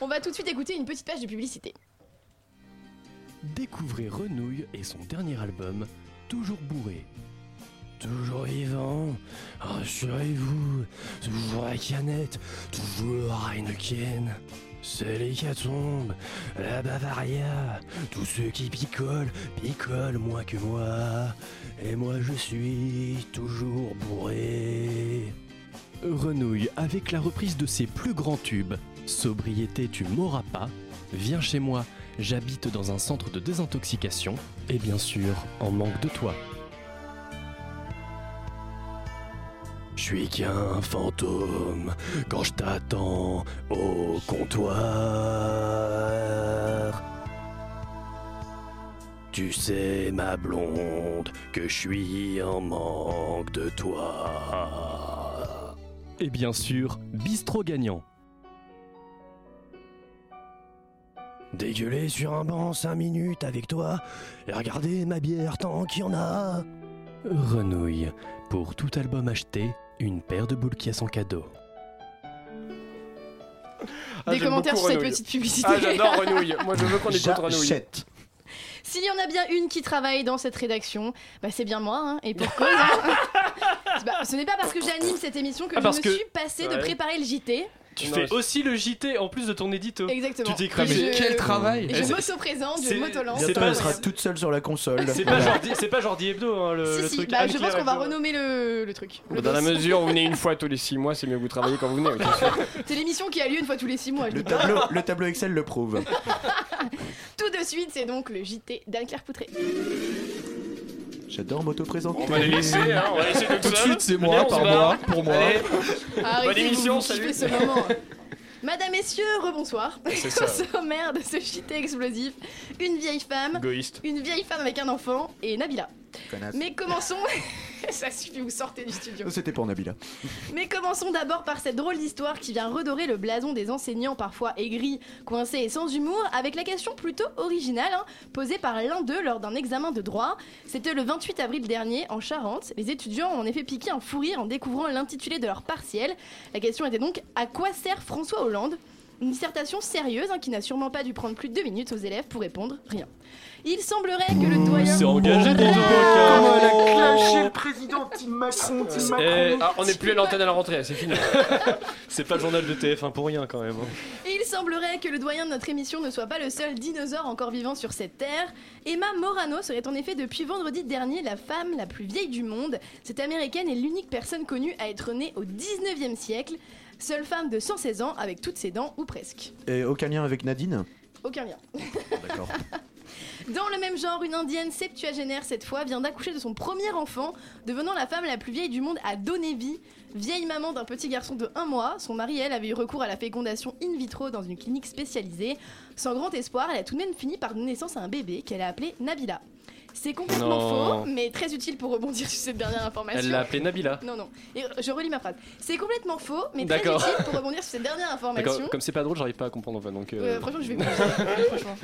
Speaker 9: On va tout de suite écouter une petite page de publicité.
Speaker 16: Découvrez Renouille et son dernier album, Toujours bourré. Toujours vivant, rassurez-vous, toujours la canette, toujours la Heineken. C'est l'hécatombe, la Bavaria, tous ceux qui picolent, picolent moins que moi. Et moi je suis toujours bourré. Renouille avec la reprise de ses plus grands tubes. Sobriété, tu m'auras pas. Viens chez moi, j'habite dans un centre de désintoxication. Et bien sûr, en manque de toi. Je suis qu'un fantôme quand je t'attends au comptoir. Tu sais, ma blonde, que je suis en manque de toi. Et bien sûr, bistrot gagnant.
Speaker 17: Dégueuler sur un banc 5 minutes avec toi et regarder ma bière tant qu'il y en a.
Speaker 16: Renouille. Pour tout album acheté, une paire de boules qui en cadeau.
Speaker 11: Ah,
Speaker 9: Des
Speaker 15: j'aime
Speaker 9: commentaires
Speaker 15: beaucoup
Speaker 9: sur cette
Speaker 15: Renouille.
Speaker 9: petite publicité.
Speaker 15: Ah, j'adore Renouille. Moi, je veux qu'on écoute Renouille.
Speaker 10: J'achète.
Speaker 9: S'il y en a bien une qui travaille dans cette rédaction, bah c'est bien moi, hein, et pour cause. hein. Bah, ce n'est pas parce que j'anime cette émission que
Speaker 11: Ah,
Speaker 9: je me
Speaker 11: parce que-
Speaker 9: suis passé de
Speaker 11: Ouais.
Speaker 9: préparer le JT.
Speaker 11: Tu fais aussi le JT en plus de ton édito.
Speaker 9: Exactement.
Speaker 11: Tu t'es
Speaker 12: Ah,
Speaker 11: cramé.
Speaker 9: Et je- et
Speaker 11: Eh,
Speaker 9: Je
Speaker 11: c'est-
Speaker 9: m'auto-présente, je
Speaker 11: c'est-
Speaker 9: m'auto-lance.
Speaker 11: c'est
Speaker 10: Bientôt,
Speaker 11: pas-
Speaker 10: elle sera toute seule sur la console.
Speaker 11: C'est pas, genre, c'est pas genre dit hebdo hein, le,
Speaker 9: Si,
Speaker 11: le
Speaker 9: si,
Speaker 11: truc.
Speaker 9: bah, je
Speaker 11: Anne-Claire
Speaker 9: pense qu'on va
Speaker 11: Hebdo.
Speaker 9: renommer le, le truc. le
Speaker 15: Dans la
Speaker 9: dos.
Speaker 15: mesure où vous venez une fois tous les 6 mois, c'est mieux que vous travaillez quand vous venez. oui, bien sûr.
Speaker 9: C'est l'émission qui a lieu une fois tous les six mois. je
Speaker 10: Le
Speaker 9: dis.
Speaker 10: tableau, le tableau Excel le prouve.
Speaker 9: Tout de suite, c'est donc le JT d'Anne-Claire Poutré.
Speaker 10: J'adore m'auto-présenter.
Speaker 15: On va les laisser,
Speaker 11: Eh,
Speaker 15: hein, on va laisser comme
Speaker 10: Tout de
Speaker 15: ça.
Speaker 10: suite, c'est moi,
Speaker 15: Venez, on
Speaker 10: par
Speaker 15: se barre.
Speaker 10: moi, pour moi.
Speaker 15: Allez.
Speaker 9: Arrêtez,
Speaker 15: Bonne émission,
Speaker 9: Ah, vous
Speaker 15: salut.
Speaker 9: kiffez ce moment. Madame, messieurs, rebonsoir.
Speaker 15: C'est ça.
Speaker 9: Au sommaire de ce JT explosif, une vieille femme,
Speaker 15: Égoïste.
Speaker 9: une vieille femme avec un enfant et Nabila.
Speaker 10: Connasse.
Speaker 9: Mais commençons... Ça suffit, vous sortez du studio.
Speaker 10: C'était pour Nabila.
Speaker 9: Mais commençons d'abord par cette drôle d'histoire qui vient redorer le blason des enseignants parfois aigris, coincés et sans humour, avec la question plutôt originale hein, posée par l'un d'eux lors d'un examen de droit. C'était le 28 avril dernier en Charente. Les étudiants ont en effet piqué un fou rire en découvrant l'intitulé de leur partiel. La question était donc à quoi sert François Hollande une dissertation sérieuse hein, qui n'a sûrement pas dû prendre plus de deux minutes aux élèves pour répondre rien. Il semblerait que le doyen.
Speaker 15: C'est engagé, dis donc, hein. Comment
Speaker 9: euh,
Speaker 15: elle a clashé le
Speaker 9: président Tim Macron,
Speaker 6: Euh,
Speaker 11: Euh,
Speaker 15: Eh, ah, on n'est plus à l'antenne à la rentrée, c'est fini.
Speaker 11: C'est pas le journal de TF1 pour rien quand même. hein.
Speaker 9: Et il semblerait que le doyen de notre émission ne soit pas le seul dinosaure encore vivant sur cette terre. Emma Morano serait en effet depuis vendredi dernier la femme la plus vieille du monde. Cette américaine est l'unique personne connue à être née au 19e siècle. Seule femme de 116 ans avec toutes ses dents ou presque.
Speaker 10: Et aucun lien avec Nadine
Speaker 9: Aucun lien.
Speaker 10: D'accord.
Speaker 9: Dans le même genre, une indienne septuagénaire cette fois vient d'accoucher de son premier enfant, devenant la femme la plus vieille du monde à donner vie. Vieille maman d'un petit garçon de 1 mois, son mari, elle, avait eu recours à la fécondation in vitro dans une clinique spécialisée. Sans grand espoir, elle a tout de même fini par donner naissance à un bébé qu'elle a appelé Nabila. C'est complètement
Speaker 11: Non.
Speaker 9: faux, mais très utile pour rebondir sur cette dernière information.
Speaker 11: Elle l'a appelée Nabila.
Speaker 9: Non, non. Et je relis ma phrase. C'est complètement faux, mais très
Speaker 11: D'accord.
Speaker 9: utile pour rebondir sur cette dernière
Speaker 11: D'accord,
Speaker 9: information.
Speaker 11: comme c'est pas drôle, j'arrive pas à comprendre enfin donc.
Speaker 9: Euh, franchement, je vais pas. Franchement.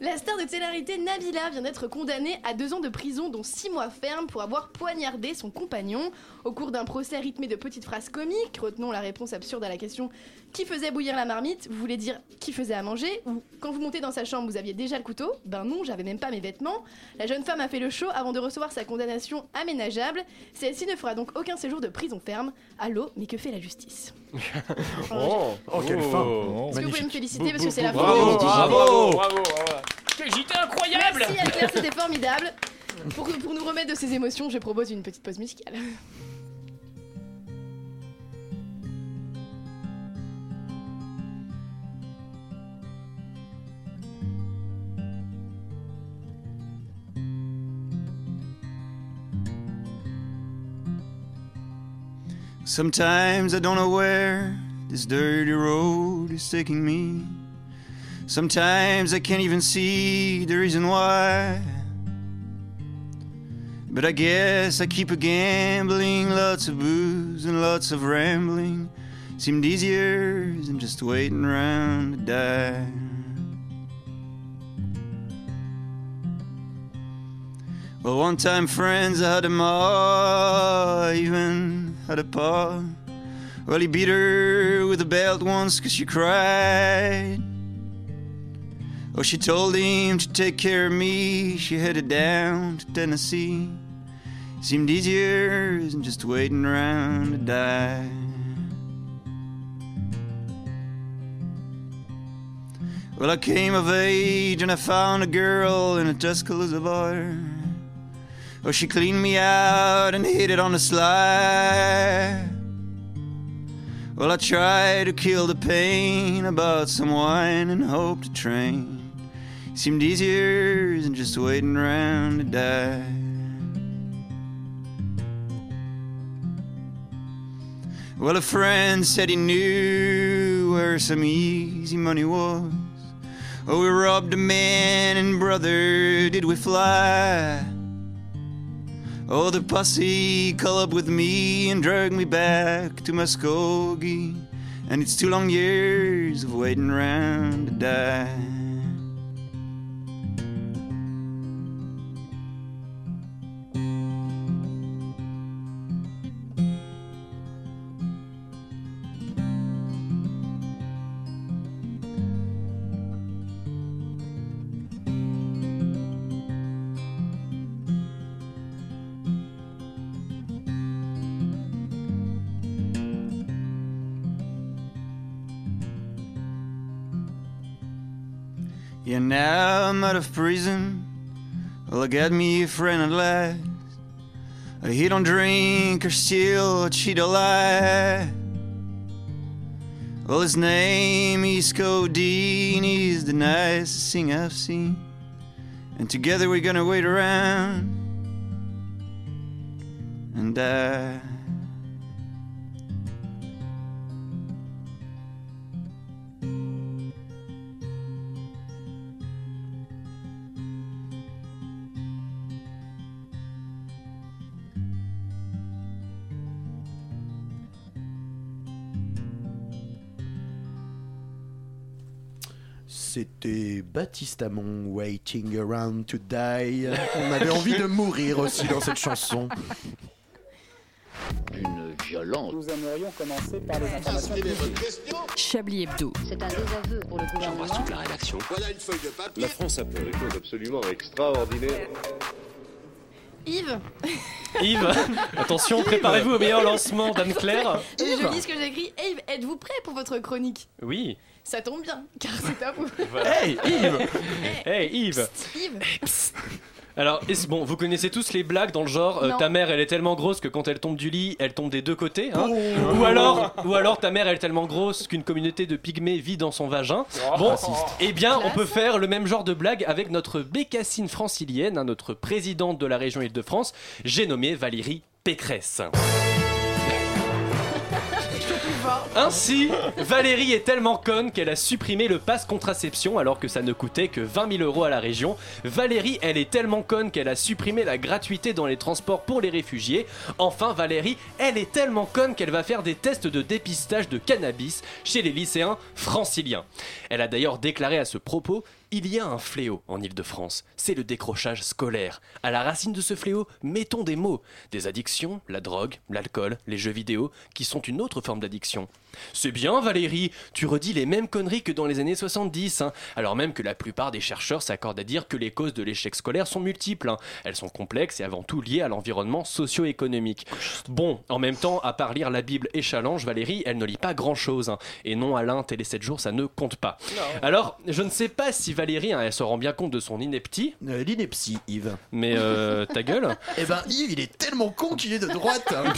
Speaker 9: La star de télé-réalité Nabila vient d'être condamnée à deux ans de prison, dont six mois ferme, pour avoir poignardé son compagnon. Au cours d'un procès rythmé de petites phrases comiques, retenons la réponse absurde à la question Qui faisait bouillir la marmite Vous voulez dire qui faisait à manger Ou quand vous montez dans sa chambre, vous aviez déjà le couteau Ben non, j'avais même pas mes vêtements. La jeune femme a fait le show avant de recevoir sa condamnation aménageable. Celle-ci ne fera donc aucun séjour de prison ferme. Allô, mais que fait la justice
Speaker 15: Oh,
Speaker 10: Oh, quelle
Speaker 15: oh.
Speaker 10: fin.
Speaker 9: Est-ce que vous pouvez me
Speaker 10: Magnifique.
Speaker 9: féliciter parce que c'est la fin de
Speaker 15: Bravo,
Speaker 9: l'émission
Speaker 15: bravo, bravo. J'étais incroyable
Speaker 9: Merci Anne-Claire, c'était formidable. Pour, pour nous remettre de ces émotions, je propose une petite pause musicale.
Speaker 18: Sometimes I don't know where this dirty road is taking me. Sometimes I can't even see the reason why. But I guess I keep a gambling, lots of booze and lots of rambling. Seemed easier than just waiting around to die. Well, one time friends, I had a ma, even had a pa. Well, he beat her with a belt once 'cause she cried. Oh, she told him to take care of me. She headed down to Tennessee. Seemed easier than just waiting around to die. Well, I came of age and I found a girl in a Tuscaloosa bar. Oh, she cleaned me out and hid it on the sly. Well, I tried to kill the pain about some wine and hoped to train. Seemed easier than just waiting around to die. Well, a friend said he knew where some easy money was. Oh, we robbed a man and brother, did we fly? Oh, the posse call up with me and drag me back to Muskogee. And it's two long years of waiting around to die. Yeah, now I'm out of prison. Well, I got me a friend at last. Uh, He don't drink or steal or cheat or lie. Well, his name is Cody, and he's the nicest thing I've seen. And together we're gonna wait around and die.
Speaker 10: Ah, C'était Baptiste Amon, Waiting Around to Die. On avait envie de mourir aussi dans cette chanson.
Speaker 3: Une violente.
Speaker 6: Nous aimerions commencer par les informations
Speaker 8: Chablis Hebdo.
Speaker 7: C'est un désaveu pour le gouvernement.
Speaker 1: la rédaction. Voilà une feuille de papier. La France a fait des choses absolument extraordinaires.
Speaker 9: Yves,
Speaker 11: Yves, attention, préparez-vous au meilleur lancement, Dame Claire.
Speaker 9: je lis ce que j'ai écrit. Yves, êtes-vous prêt pour votre chronique
Speaker 11: Oui.
Speaker 9: Ça tombe bien, car c'est à vous.
Speaker 11: Hey Yves Hey Yves
Speaker 9: Yves,
Speaker 11: Alors, est-ce- bon, vous connaissez tous les blagues dans le genre euh,
Speaker 9: Non.
Speaker 11: ta mère elle est tellement grosse que quand elle tombe du lit, elle tombe des deux côtés. hein.
Speaker 12: Oh.
Speaker 11: Ou, alors, ou alors ta mère elle est tellement grosse qu'une communauté de pygmées vit dans son vagin. Bon, eh bien, on peut faire le même genre de blague avec notre bécassine francilienne, hein, notre présidente de la région Île-de-France, j'ai nommé Valérie Pécresse. Ainsi, Valérie est tellement conne qu'elle a supprimé le pass contraception alors que ça ne coûtait que 20 000 euros à la région. Valérie, elle est tellement conne qu'elle a supprimé la gratuité dans les transports pour les réfugiés. Enfin, Valérie, elle est tellement conne qu'elle va faire des tests de dépistage de cannabis chez les lycéens franciliens. Elle a d'ailleurs déclaré à ce propos il y a un fléau en Ile-de-France, c'est le décrochage scolaire. À la racine de ce fléau, mettons des mots. Des addictions, la drogue, l'alcool, les jeux vidéo, qui sont une autre forme d'addiction. C'est bien Valérie, tu redis les mêmes conneries que dans les années 70, hein, alors même que la plupart des chercheurs s'accordent à dire que les causes de l'échec scolaire sont multiples. hein. Elles sont complexes et avant tout liées à l'environnement socio-économique. Bon, en même temps, à part lire la Bible et Challenge, Valérie, elle ne lit pas grand-chose. hein. Et non, Alain, Télé 7 jours, ça ne compte pas. Alors, je ne sais pas si Valérie, hein, elle se rend bien compte de son ineptie.
Speaker 10: Euh, L'ineptie, Yves.
Speaker 11: Mais euh, ta gueule
Speaker 10: Eh ben, Yves, il est tellement con qu'il est de droite. hein.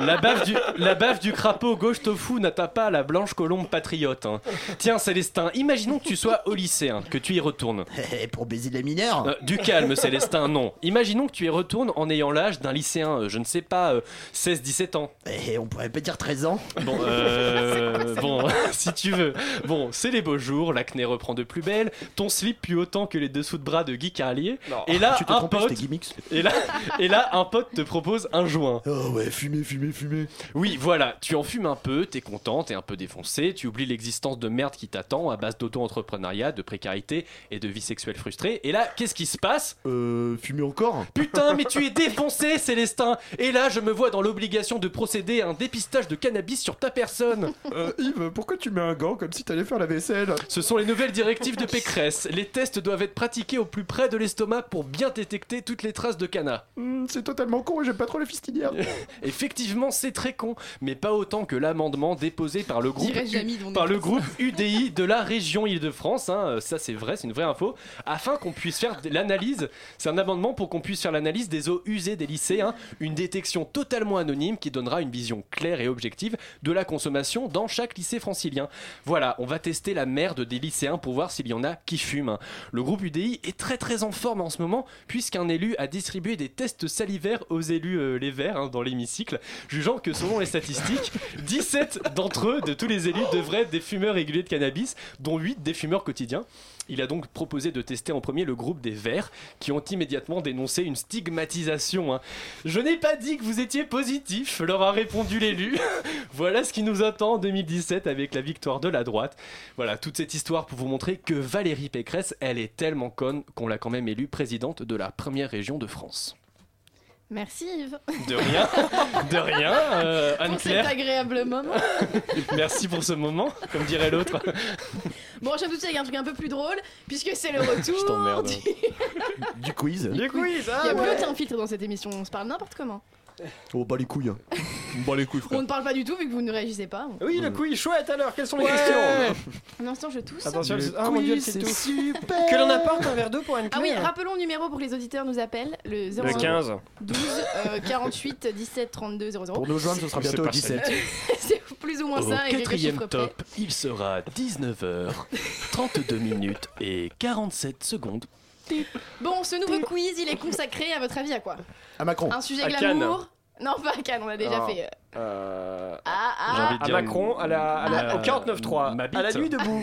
Speaker 11: La baffe du, la baffe du crapaud gauche tofu n'atteint pas la blanche colombe patriote. hein. Tiens, Célestin, imaginons que tu sois au lycée, hein, que tu y retournes.
Speaker 10: Eh, Pour baiser les mineurs
Speaker 11: Euh, du calme, Célestin, non. Imaginons que tu y retournes en ayant l'âge d'un lycéen, euh, je ne sais pas, euh, 16-17 ans.
Speaker 10: Et Eh, on pourrait pas dire 13 ans.
Speaker 11: Bon, euh, bon, si tu veux. Bon, c'est les beaux jours, l'acné reprend de plus belle, ton slip pue autant que les dessous de bras de Guy Carlier. Et là,
Speaker 10: Ah, tu t'es
Speaker 11: un
Speaker 10: trompé,
Speaker 11: pote.
Speaker 10: c'était Gimmicks.
Speaker 11: Et là, et là, un pote te propose un joint.
Speaker 10: Oh ouais, fumer, fumer, fumer.
Speaker 11: Oui, voilà, tu en fumes un peu, t'es content, t'es un peu défoncé, tu oublies l'existence de merde qui t'attend à base d'auto-entrepreneuriat, de précarité et de vie sexuelle frustrée. Et là, qu'est-ce qui se passe
Speaker 10: Euh, fumer encore
Speaker 11: Putain, mais tu es défoncé, Célestin Et là, je me vois dans l'obligation de procéder à un dépistage de cannabis sur ta personne
Speaker 10: Euh, Yves, pourquoi tu mets un gant comme si t'allais faire la vaisselle
Speaker 11: Ce sont les nouvelles directives de Pécresse. Les tests doivent être pratiqués au plus près de l'estomac pour bien détecter toutes les traces de canard.
Speaker 10: Hmm, C'est totalement con et j'aime pas trop les fistinières.
Speaker 11: Effectivement, c'est très con, mais pas autant que l'amendement déposé par le groupe,
Speaker 10: Dirais-je Jamie, on est
Speaker 11: par le
Speaker 10: comme
Speaker 11: groupe UDI de la région Île-de-France. hein, euh, ça, c'est vrai, c'est une vraie info. Afin qu'on puisse faire de l'analyse, c'est un amendement pour qu'on puisse faire l'analyse des eaux usées des lycées. hein, une détection totalement anonyme qui donnera une vision claire et objective de la consommation dans chaque lycée francilien. Voilà, on va tester la merde des lycéens pour voir s'il y en a qui fument. hein. Le groupe UDI est très très en forme en ce moment puisqu'un élu a distribué des tests salivaires aux élus euh, les Verts hein, dans l'hémicycle, jugeant que selon les statistiques, 17 d'entre eux, de tous les élus, devraient être des fumeurs régulés de cannabis, dont 8 des fumeurs quotidiens. Il a donc proposé de tester en premier le groupe des Verts, qui ont immédiatement dénoncé une stigmatisation. hein. Je n'ai pas dit que vous étiez positif, leur a répondu l'élu. voilà ce qui nous attend en 2017 avec la victoire de la droite. Voilà, toute cette histoire pour vous montrer que Valérie Pécresse, elle est tellement conne qu'on l'a quand même élue présidente de la première région de France.
Speaker 9: Merci Yves.
Speaker 11: De rien, de rien, euh,
Speaker 9: Pour cet
Speaker 11: Anne-Claire.
Speaker 9: agréable moment.
Speaker 11: Merci pour ce moment, comme dirait l'autre.
Speaker 9: Bon, j'aime tout de suite avec un truc un peu plus drôle, puisque c'est le
Speaker 11: Je
Speaker 9: retour.
Speaker 11: t'emmerde. Ah
Speaker 9: du-
Speaker 10: Du quiz.
Speaker 11: Du
Speaker 9: Il y a plus aucun filtre dans cette émission, on se parle n'importe comment.
Speaker 10: Oh, bah les couilles.
Speaker 12: bah les couilles,
Speaker 9: On ne parle pas du tout vu que vous ne réagissez pas.
Speaker 15: Oui, le quiz chouette alors, quelles sont les
Speaker 9: Ouais.
Speaker 15: questions
Speaker 9: En instant, je tousse.
Speaker 15: Attention, Le ah, mon Dieu, quiz, c'est c'est tout. super. Que l'on apporte un verre d'eau pour
Speaker 9: Ah oui,
Speaker 15: Anne-Claire.
Speaker 9: rappelons le numéro pour que les auditeurs nous appellent le 01
Speaker 15: Le 15.
Speaker 9: 12 euh, 48 17 32 00.
Speaker 11: Pour nous joindre, ce sera
Speaker 9: C'est-
Speaker 11: bientôt
Speaker 9: c'est
Speaker 11: au 17.
Speaker 9: C'est plus ou moins
Speaker 11: Au
Speaker 9: ça et quelques
Speaker 11: quatrième
Speaker 9: chiffres près.
Speaker 11: top, il sera 19h, 32 minutes et 47 secondes.
Speaker 9: Bon, ce nouveau quiz, il est consacré à votre avis à quoi
Speaker 10: À Macron.
Speaker 9: Un sujet
Speaker 11: À
Speaker 9: glamour Non, pas à Cannes, on a déjà
Speaker 15: Ah.
Speaker 9: fait. euh,
Speaker 15: Euh,
Speaker 9: Ah, ah.
Speaker 11: J'ai envie de
Speaker 15: à
Speaker 11: dire
Speaker 15: Macron, à la, à la-
Speaker 11: ma-
Speaker 15: au 49.3,
Speaker 11: Eh euh, ma bite.
Speaker 15: à la nuit debout,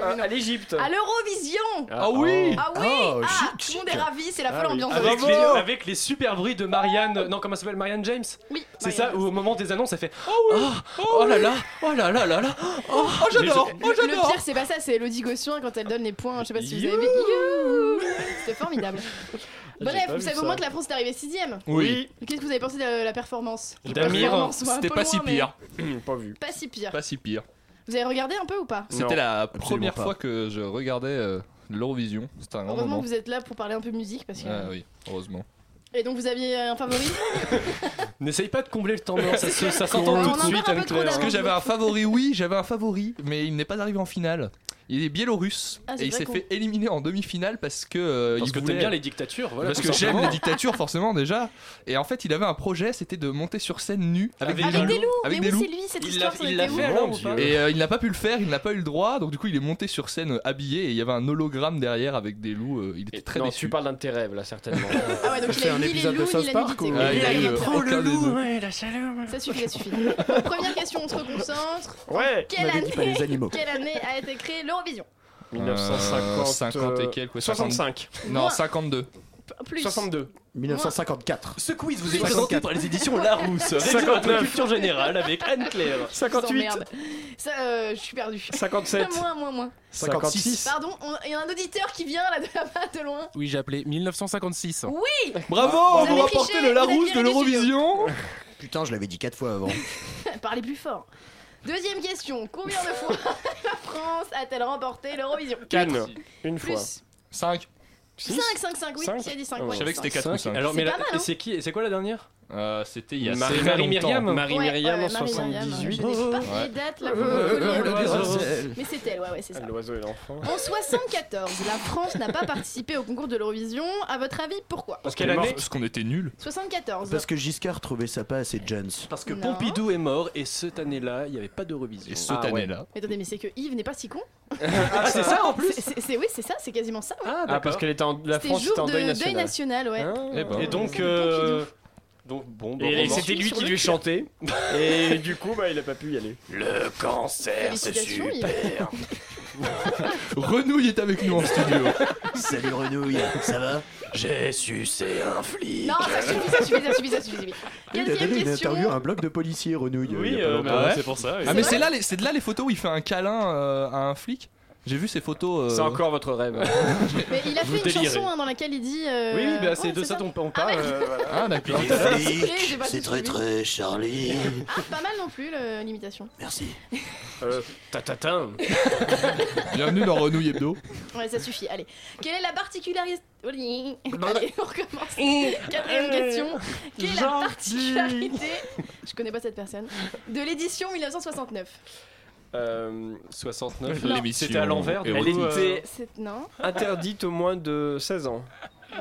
Speaker 15: à, à l'Égypte.
Speaker 9: À l'Eurovision
Speaker 11: Ah oui
Speaker 9: Ah oui
Speaker 11: Oh,
Speaker 9: ah,
Speaker 11: chic,
Speaker 9: Tout le monde est ravi, c'est la folle
Speaker 11: Ah oui.
Speaker 9: ambiance de
Speaker 11: avec,
Speaker 9: l'Eurovision.
Speaker 11: les, avec les super bruits de Marianne. Non, comment ça s'appelle Marianne James
Speaker 9: Oui.
Speaker 11: C'est ça où au moment des annonces, elle fait
Speaker 15: Ah
Speaker 11: Oh, oh, là là, oh là là là là, oh,
Speaker 9: Le- Le pire, c'est pas ça, c'est Elodie Gossuin quand elle donne les points. Je sais pas si vous avez vu. Youhou C'était formidable. Bref,
Speaker 11: pas
Speaker 9: vous
Speaker 11: vu
Speaker 9: savez
Speaker 11: ça.
Speaker 9: au moins que la France est arrivée 6
Speaker 11: Oui.
Speaker 9: Qu'est-ce que vous avez pensé de la la performance
Speaker 12: Damir,
Speaker 9: Performance, ouais, un
Speaker 12: c'était
Speaker 9: peu
Speaker 12: pas si
Speaker 9: loin, mais
Speaker 12: pire.
Speaker 15: Pas vu.
Speaker 9: Pas si pire.
Speaker 12: Pas si pire.
Speaker 9: Vous avez regardé un peu ou pas
Speaker 12: C'était la première
Speaker 11: pas.
Speaker 12: fois que je regardais euh, l'Eurovision. C'était un grand
Speaker 9: Heureusement
Speaker 12: moment.
Speaker 9: que vous êtes là pour parler un peu musique parce que.
Speaker 12: Ah oui, heureusement.
Speaker 9: Et donc vous aviez euh, un favori
Speaker 11: N'essaye pas de combler le temps mort, ça, se- ça
Speaker 9: On
Speaker 11: s'entend
Speaker 9: en
Speaker 11: tout de
Speaker 9: parle un
Speaker 11: suite,
Speaker 9: peu trop
Speaker 11: Anne-Claire.
Speaker 12: Parce que j'avais un favori, oui, j'avais un favori, mais il n'est pas arrivé en finale. Il est biélorusse
Speaker 11: Ah, c'est
Speaker 12: et il
Speaker 11: vrai
Speaker 12: s'est
Speaker 11: qu'on-
Speaker 12: fait éliminer en demi-finale parce que euh,
Speaker 11: Parce
Speaker 12: il
Speaker 11: que
Speaker 12: voulait
Speaker 11: t'aimes bien les dictatures, voilà.
Speaker 12: parce
Speaker 11: tout
Speaker 12: que j'aime
Speaker 11: simplement.
Speaker 12: les dictatures forcément déjà. Et en fait, il avait un projet, c'était de monter sur scène nu avec,
Speaker 9: Avec des loups.
Speaker 12: avec
Speaker 9: Mais
Speaker 12: des
Speaker 9: oui,
Speaker 12: loups.
Speaker 9: c'est lui, cette Il histoire, l'a- ça il l'a était fait, ouf. alors, ou pas
Speaker 12: Et euh, il n'a pas pu le faire, il n'a pas eu le droit. Donc du coup, il est monté sur scène euh, habillé et il y avait un hologramme derrière avec des loups. euh, il était très
Speaker 15: non,
Speaker 12: déçu.
Speaker 15: tu parles d'un de tes rêves là certainement.
Speaker 9: Ah ouais, donc il a ni les loups, ni la nudité.
Speaker 12: ou- Ah, il a eu, euh,
Speaker 9: Oh,
Speaker 12: aucun des deux.
Speaker 9: ouais, la chaleur. Ça suffit, ça suffit. Bon, première question, on se reconcentre.
Speaker 15: Ouais.
Speaker 9: Quelle
Speaker 12: On avait
Speaker 9: année,
Speaker 12: dit pas les animaux.
Speaker 9: quelle année a été créée l'Eurovision
Speaker 15: 1950,
Speaker 12: 50 Euh, et quelques. 50.
Speaker 15: 65.
Speaker 12: Non,
Speaker 9: Moins.
Speaker 12: 52.
Speaker 9: Plus.
Speaker 15: 62.
Speaker 10: 1954.
Speaker 11: Ce quiz vous
Speaker 15: est
Speaker 11: est
Speaker 15: présenté
Speaker 11: présenté par les éditions Larousse, réseau à la culture générale avec Anne-Claire.
Speaker 9: Merde. Ça, euh, je suis perdu.
Speaker 11: 57.
Speaker 9: moins, moins, moins.
Speaker 11: 56.
Speaker 9: Pardon, on- il y a un auditeur qui vient là de là-bas, de loin.
Speaker 19: Oui, j'ai appelé 1956.
Speaker 9: Oui
Speaker 19: Bravo,
Speaker 9: Vous
Speaker 19: vous
Speaker 9: avez
Speaker 19: rapportez
Speaker 9: triché,
Speaker 19: le
Speaker 9: vous avez
Speaker 19: Larousse
Speaker 9: viré
Speaker 19: de
Speaker 9: du
Speaker 19: l'Eurovision.
Speaker 10: Putain, je l'avais dit 4 fois avant.
Speaker 9: Parlez plus fort. Deuxième question. Combien de fois la France a-t-elle remporté l'Eurovision
Speaker 15: Cannes, une fois.
Speaker 9: Plus.
Speaker 12: 5.
Speaker 9: 5, 5, 5, oui, qui a dit 5
Speaker 12: Oh. Je savais que c'était 4 ou 5.
Speaker 11: Alors, mais
Speaker 9: C'est
Speaker 11: la-
Speaker 9: pas mal,
Speaker 11: et
Speaker 9: hein.
Speaker 11: c'est qui et c'est quoi la dernière
Speaker 12: Euh, C'était il y a
Speaker 11: Marie-
Speaker 12: assez
Speaker 11: Marie
Speaker 12: longtemps.
Speaker 11: Myriam.
Speaker 12: Marie
Speaker 9: Ouais,
Speaker 12: Myriam
Speaker 9: ouais,
Speaker 12: en
Speaker 9: Marie Myriam, hein,
Speaker 12: 78.
Speaker 9: Je n'ai pas
Speaker 12: Ouais.
Speaker 9: les dates là.
Speaker 12: Euh,
Speaker 9: vous me
Speaker 12: euh,
Speaker 9: reconnez,
Speaker 12: euh,
Speaker 9: mais
Speaker 12: l'oiseau.
Speaker 9: c'est
Speaker 12: Elle.
Speaker 9: elle. Mais c'est elle, ouais, ouais, c'est ça.
Speaker 15: Ah, L'oiseau et l'enfant.
Speaker 9: En 74, la France n'a pas participé au concours de l'Eurovision. À votre avis, pourquoi
Speaker 11: Parce
Speaker 12: qu'elle est morte, Parce qu'on était nuls.
Speaker 9: 74.
Speaker 10: Parce que Giscard trouvait ça pas assez Jones.
Speaker 11: Parce que
Speaker 9: Non.
Speaker 11: Pompidou est mort et cette année-là, il n'y avait pas d'Eurovision. Et
Speaker 10: cette Ah ouais. année-là.
Speaker 9: Mais attendez, mais c'est que Yves n'est pas si con.
Speaker 11: Ah, c'est ça en plus
Speaker 9: C'est- c'est- c'est- Oui, c'est ça, c'est quasiment ça. ouais.
Speaker 15: Ah parce qu'elle était en la
Speaker 9: C'était
Speaker 15: France
Speaker 9: jour
Speaker 15: était en
Speaker 9: de
Speaker 15: deuil national.
Speaker 9: ouais.
Speaker 15: Hein
Speaker 11: Et, donc. euh, donc bon, bah,
Speaker 15: Et
Speaker 11: on
Speaker 15: c'était
Speaker 11: marche
Speaker 15: lui
Speaker 11: sur
Speaker 15: qui
Speaker 11: le
Speaker 15: lui
Speaker 11: cul.
Speaker 15: chantait. Et du coup, bah, il a pas pu y aller.
Speaker 11: Le cancer,
Speaker 9: Félicitations, Yves.
Speaker 12: Renouille est avec nous en studio.
Speaker 10: Salut Renouille, ça va
Speaker 16: J'ai sucé un flic.
Speaker 9: Non, ça suffit, ça suffit, ça suffit, ça suffit.
Speaker 10: Il a
Speaker 9: Quatrième
Speaker 10: donné une
Speaker 9: question.
Speaker 10: interview hein. à un blog de policiers, Renouille.
Speaker 11: Oui,
Speaker 10: il y a pas
Speaker 11: euh,
Speaker 10: longtemps.
Speaker 11: bah ouais, c'est pour ça, oui.
Speaker 12: Ah, mais
Speaker 11: C'est
Speaker 12: c'est
Speaker 11: vrai
Speaker 12: là, les- c'est de là les photos où il fait un câlin euh, à un flic. J'ai vu ces photos. euh,
Speaker 15: C'est encore votre rêve.
Speaker 9: Mais il a fait
Speaker 12: Vous
Speaker 9: une
Speaker 12: délirez.
Speaker 9: chanson hein, dans laquelle il dit. euh,
Speaker 11: Oui, bah,
Speaker 9: ouais,
Speaker 11: c'est de ça dont on parle. euh, voilà.
Speaker 12: Ah, d'accord.
Speaker 9: Ok, j'ai pas
Speaker 3: C'est
Speaker 9: tout
Speaker 3: très
Speaker 9: suivi.
Speaker 3: très Charlie.
Speaker 9: Ah, pas mal non plus le- l'imitation.
Speaker 3: Merci.
Speaker 15: Euh, tatatin.
Speaker 12: Bienvenue dans Renouille Hebdo.
Speaker 9: Ouais, ça suffit. Allez. Quelle est la particularité. Allez, on recommence.
Speaker 3: Euh,
Speaker 9: Quatrième question. Quelle est la
Speaker 13: Gentil.
Speaker 9: particularité. Je connais pas cette personne. De l'édition 1969.
Speaker 15: Euh,
Speaker 11: 69.
Speaker 15: Non.
Speaker 11: L'émission C'était à l'envers. du
Speaker 15: Elle
Speaker 11: coup, euh,
Speaker 15: était
Speaker 9: C'est- Non.
Speaker 15: interdite au moins de 16 ans.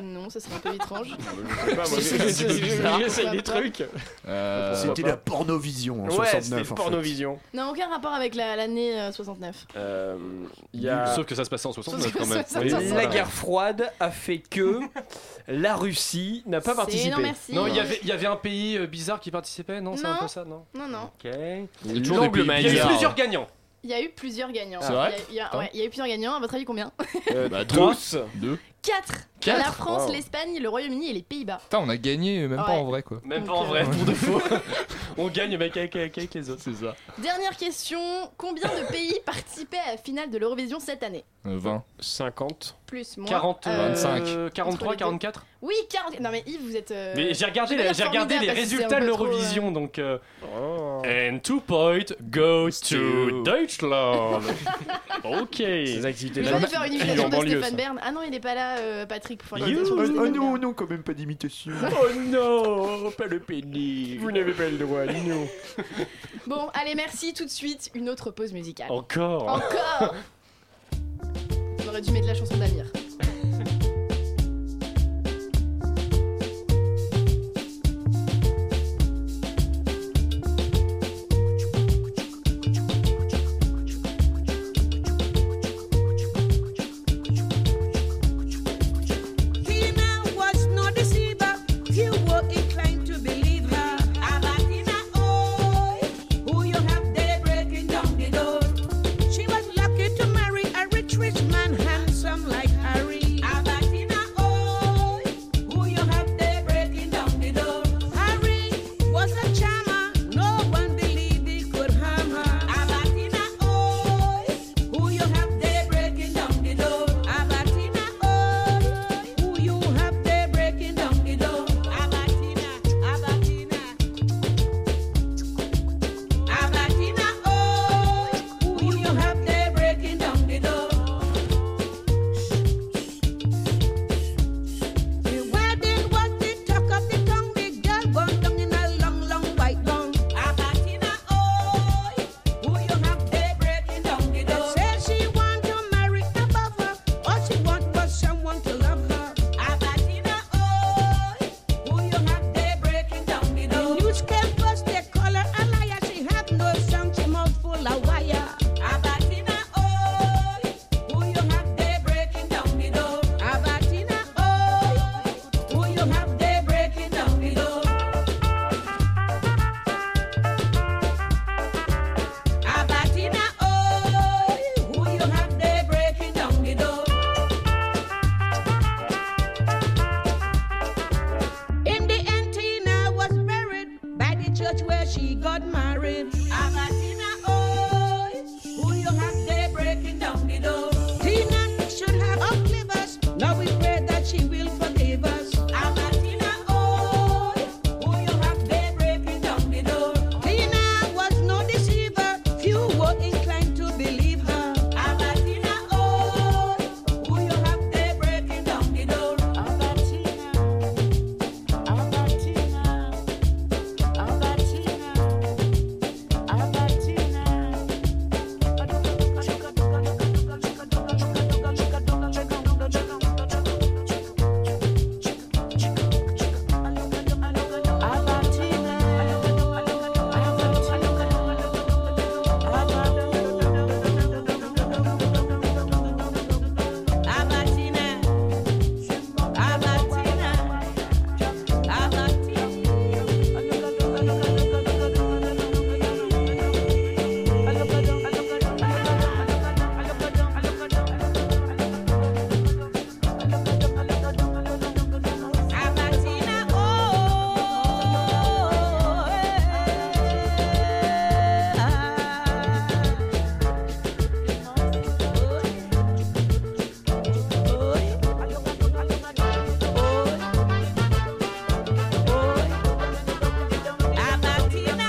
Speaker 9: Non, ça serait un peu étrange.
Speaker 15: Je sais pas, Ah, bah, moi, j'ai- j'ai- j'ai- J'essaye des trucs.
Speaker 12: Euh,
Speaker 15: Pourquoi
Speaker 10: C'était
Speaker 15: pas.
Speaker 10: la pornovision en
Speaker 15: Ouais,
Speaker 10: 69.
Speaker 15: c'était
Speaker 10: en fait.
Speaker 15: pornovision.
Speaker 9: Non, aucun rapport avec la- l'année euh, 69.
Speaker 15: Euh, il y a-
Speaker 11: Sauf que ça se passait en 69 quand même.
Speaker 9: Oui,
Speaker 15: La
Speaker 9: voilà.
Speaker 15: guerre froide a fait que la Russie n'a pas
Speaker 9: C'est-
Speaker 15: participé.
Speaker 9: non, merci.
Speaker 11: Non, il y avait- il y avait un pays euh, bizarre qui participait, non C'est un
Speaker 9: Non.
Speaker 11: peu ça, non
Speaker 9: Non, non.
Speaker 11: Ok.
Speaker 15: Il y a toujours des pays
Speaker 11: Il y a eu
Speaker 15: bizarres.
Speaker 11: plusieurs gagnants.
Speaker 9: Il Il y a eu plusieurs gagnants.
Speaker 15: C'est vrai
Speaker 9: Il y a- il y, a-
Speaker 15: Putain.
Speaker 9: ouais, il y a eu plusieurs gagnants. À votre avis, combien
Speaker 11: Euh,
Speaker 15: bah,
Speaker 12: tous.
Speaker 15: Deux.
Speaker 9: 4
Speaker 12: Quatre
Speaker 9: La France,
Speaker 12: Wow.
Speaker 9: l'Espagne, le Royaume-Uni et les Pays-Bas.
Speaker 12: Putain, on a gagné, même pas
Speaker 9: Ouais.
Speaker 12: en vrai quoi.
Speaker 11: Même pas en vrai, pour de faux. On gagne mec, avec, avec, avec les autres, c'est ça.
Speaker 9: Dernière question combien de pays participaient à la finale de l'Eurovision cette année
Speaker 12: 20.
Speaker 15: 50.
Speaker 9: Plus, moins
Speaker 11: 40, euh,
Speaker 12: 25.
Speaker 9: entre
Speaker 11: 43,
Speaker 9: les deux.
Speaker 11: 44.
Speaker 9: Oui, 40. Non, mais Yves, vous êtes. euh,
Speaker 11: Mais j'ai regardé,
Speaker 9: je vais
Speaker 11: la-
Speaker 9: dire
Speaker 11: j'ai regardé
Speaker 9: formidable
Speaker 11: les
Speaker 9: parce que c'est un
Speaker 11: résultats de
Speaker 9: peu trop, euh,
Speaker 11: l'Eurovision, donc. euh, And two point goes to Deutschland. ok. Ces activités
Speaker 9: Je vais faire une imitation de Stéphane Bern. Ah non, il n'est pas là, euh, Patrick, pour faire une imitation de
Speaker 10: Oh
Speaker 9: Stéphane Bern.
Speaker 10: non, non, quand même pas d'imitation.
Speaker 15: Oh non, pas le pénis. Vous n'avez pas le droit, non.
Speaker 9: Bon, allez, merci. Tout de suite, une autre pause musicale.
Speaker 15: Encore.
Speaker 9: Encore On aurait dû mettre la chanson d'Amir.
Speaker 20: Tina was no deceiver. Few were inclined to believe her. Abatina, oh, who you have there breaking down the door. She was lucky to marry a rich, rich man, handsome like Harry. Abatina, oh, who you have there breaking down the door. Harry was a charmer. No one believed he could harm her. Abatina, oh, who you have there breaking down the door. Abatina, oh. Who you have there breaking down the door? Abatina, Abatina, Abatina, oh. Who you have there breaking down the door? The wedding was the talk of the town. The girl born down in a long, long white gown. Abatina, oh. Who you have there breaking down the door? Said she want to marry a buffer. All she want was someone to love her. Abatina, oh, who you have there breaking down the door? The news came first, they call her a liar. She have no song, she mouth full of wire. Abatina, oh, who you have there breaking down the door? Abatina, oh, who you have there breaking down the door? Abatina, oh, who you have there breaking down the door? In the end, Tina was buried by the church where she got married. Abatina, oh, who you have there breaking down the door? Tina should have uplift us. Now we pray that she will forgive us. Abatina, oh, who you have there breaking down the door? Tina was no deceiver. Few were inclined to believe her. Abatina, oh, who you have there breaking down the door? Abatina. Abatina, Abatina, Abatina. Abatina, Abatina.
Speaker 16: oh.
Speaker 9: Ah,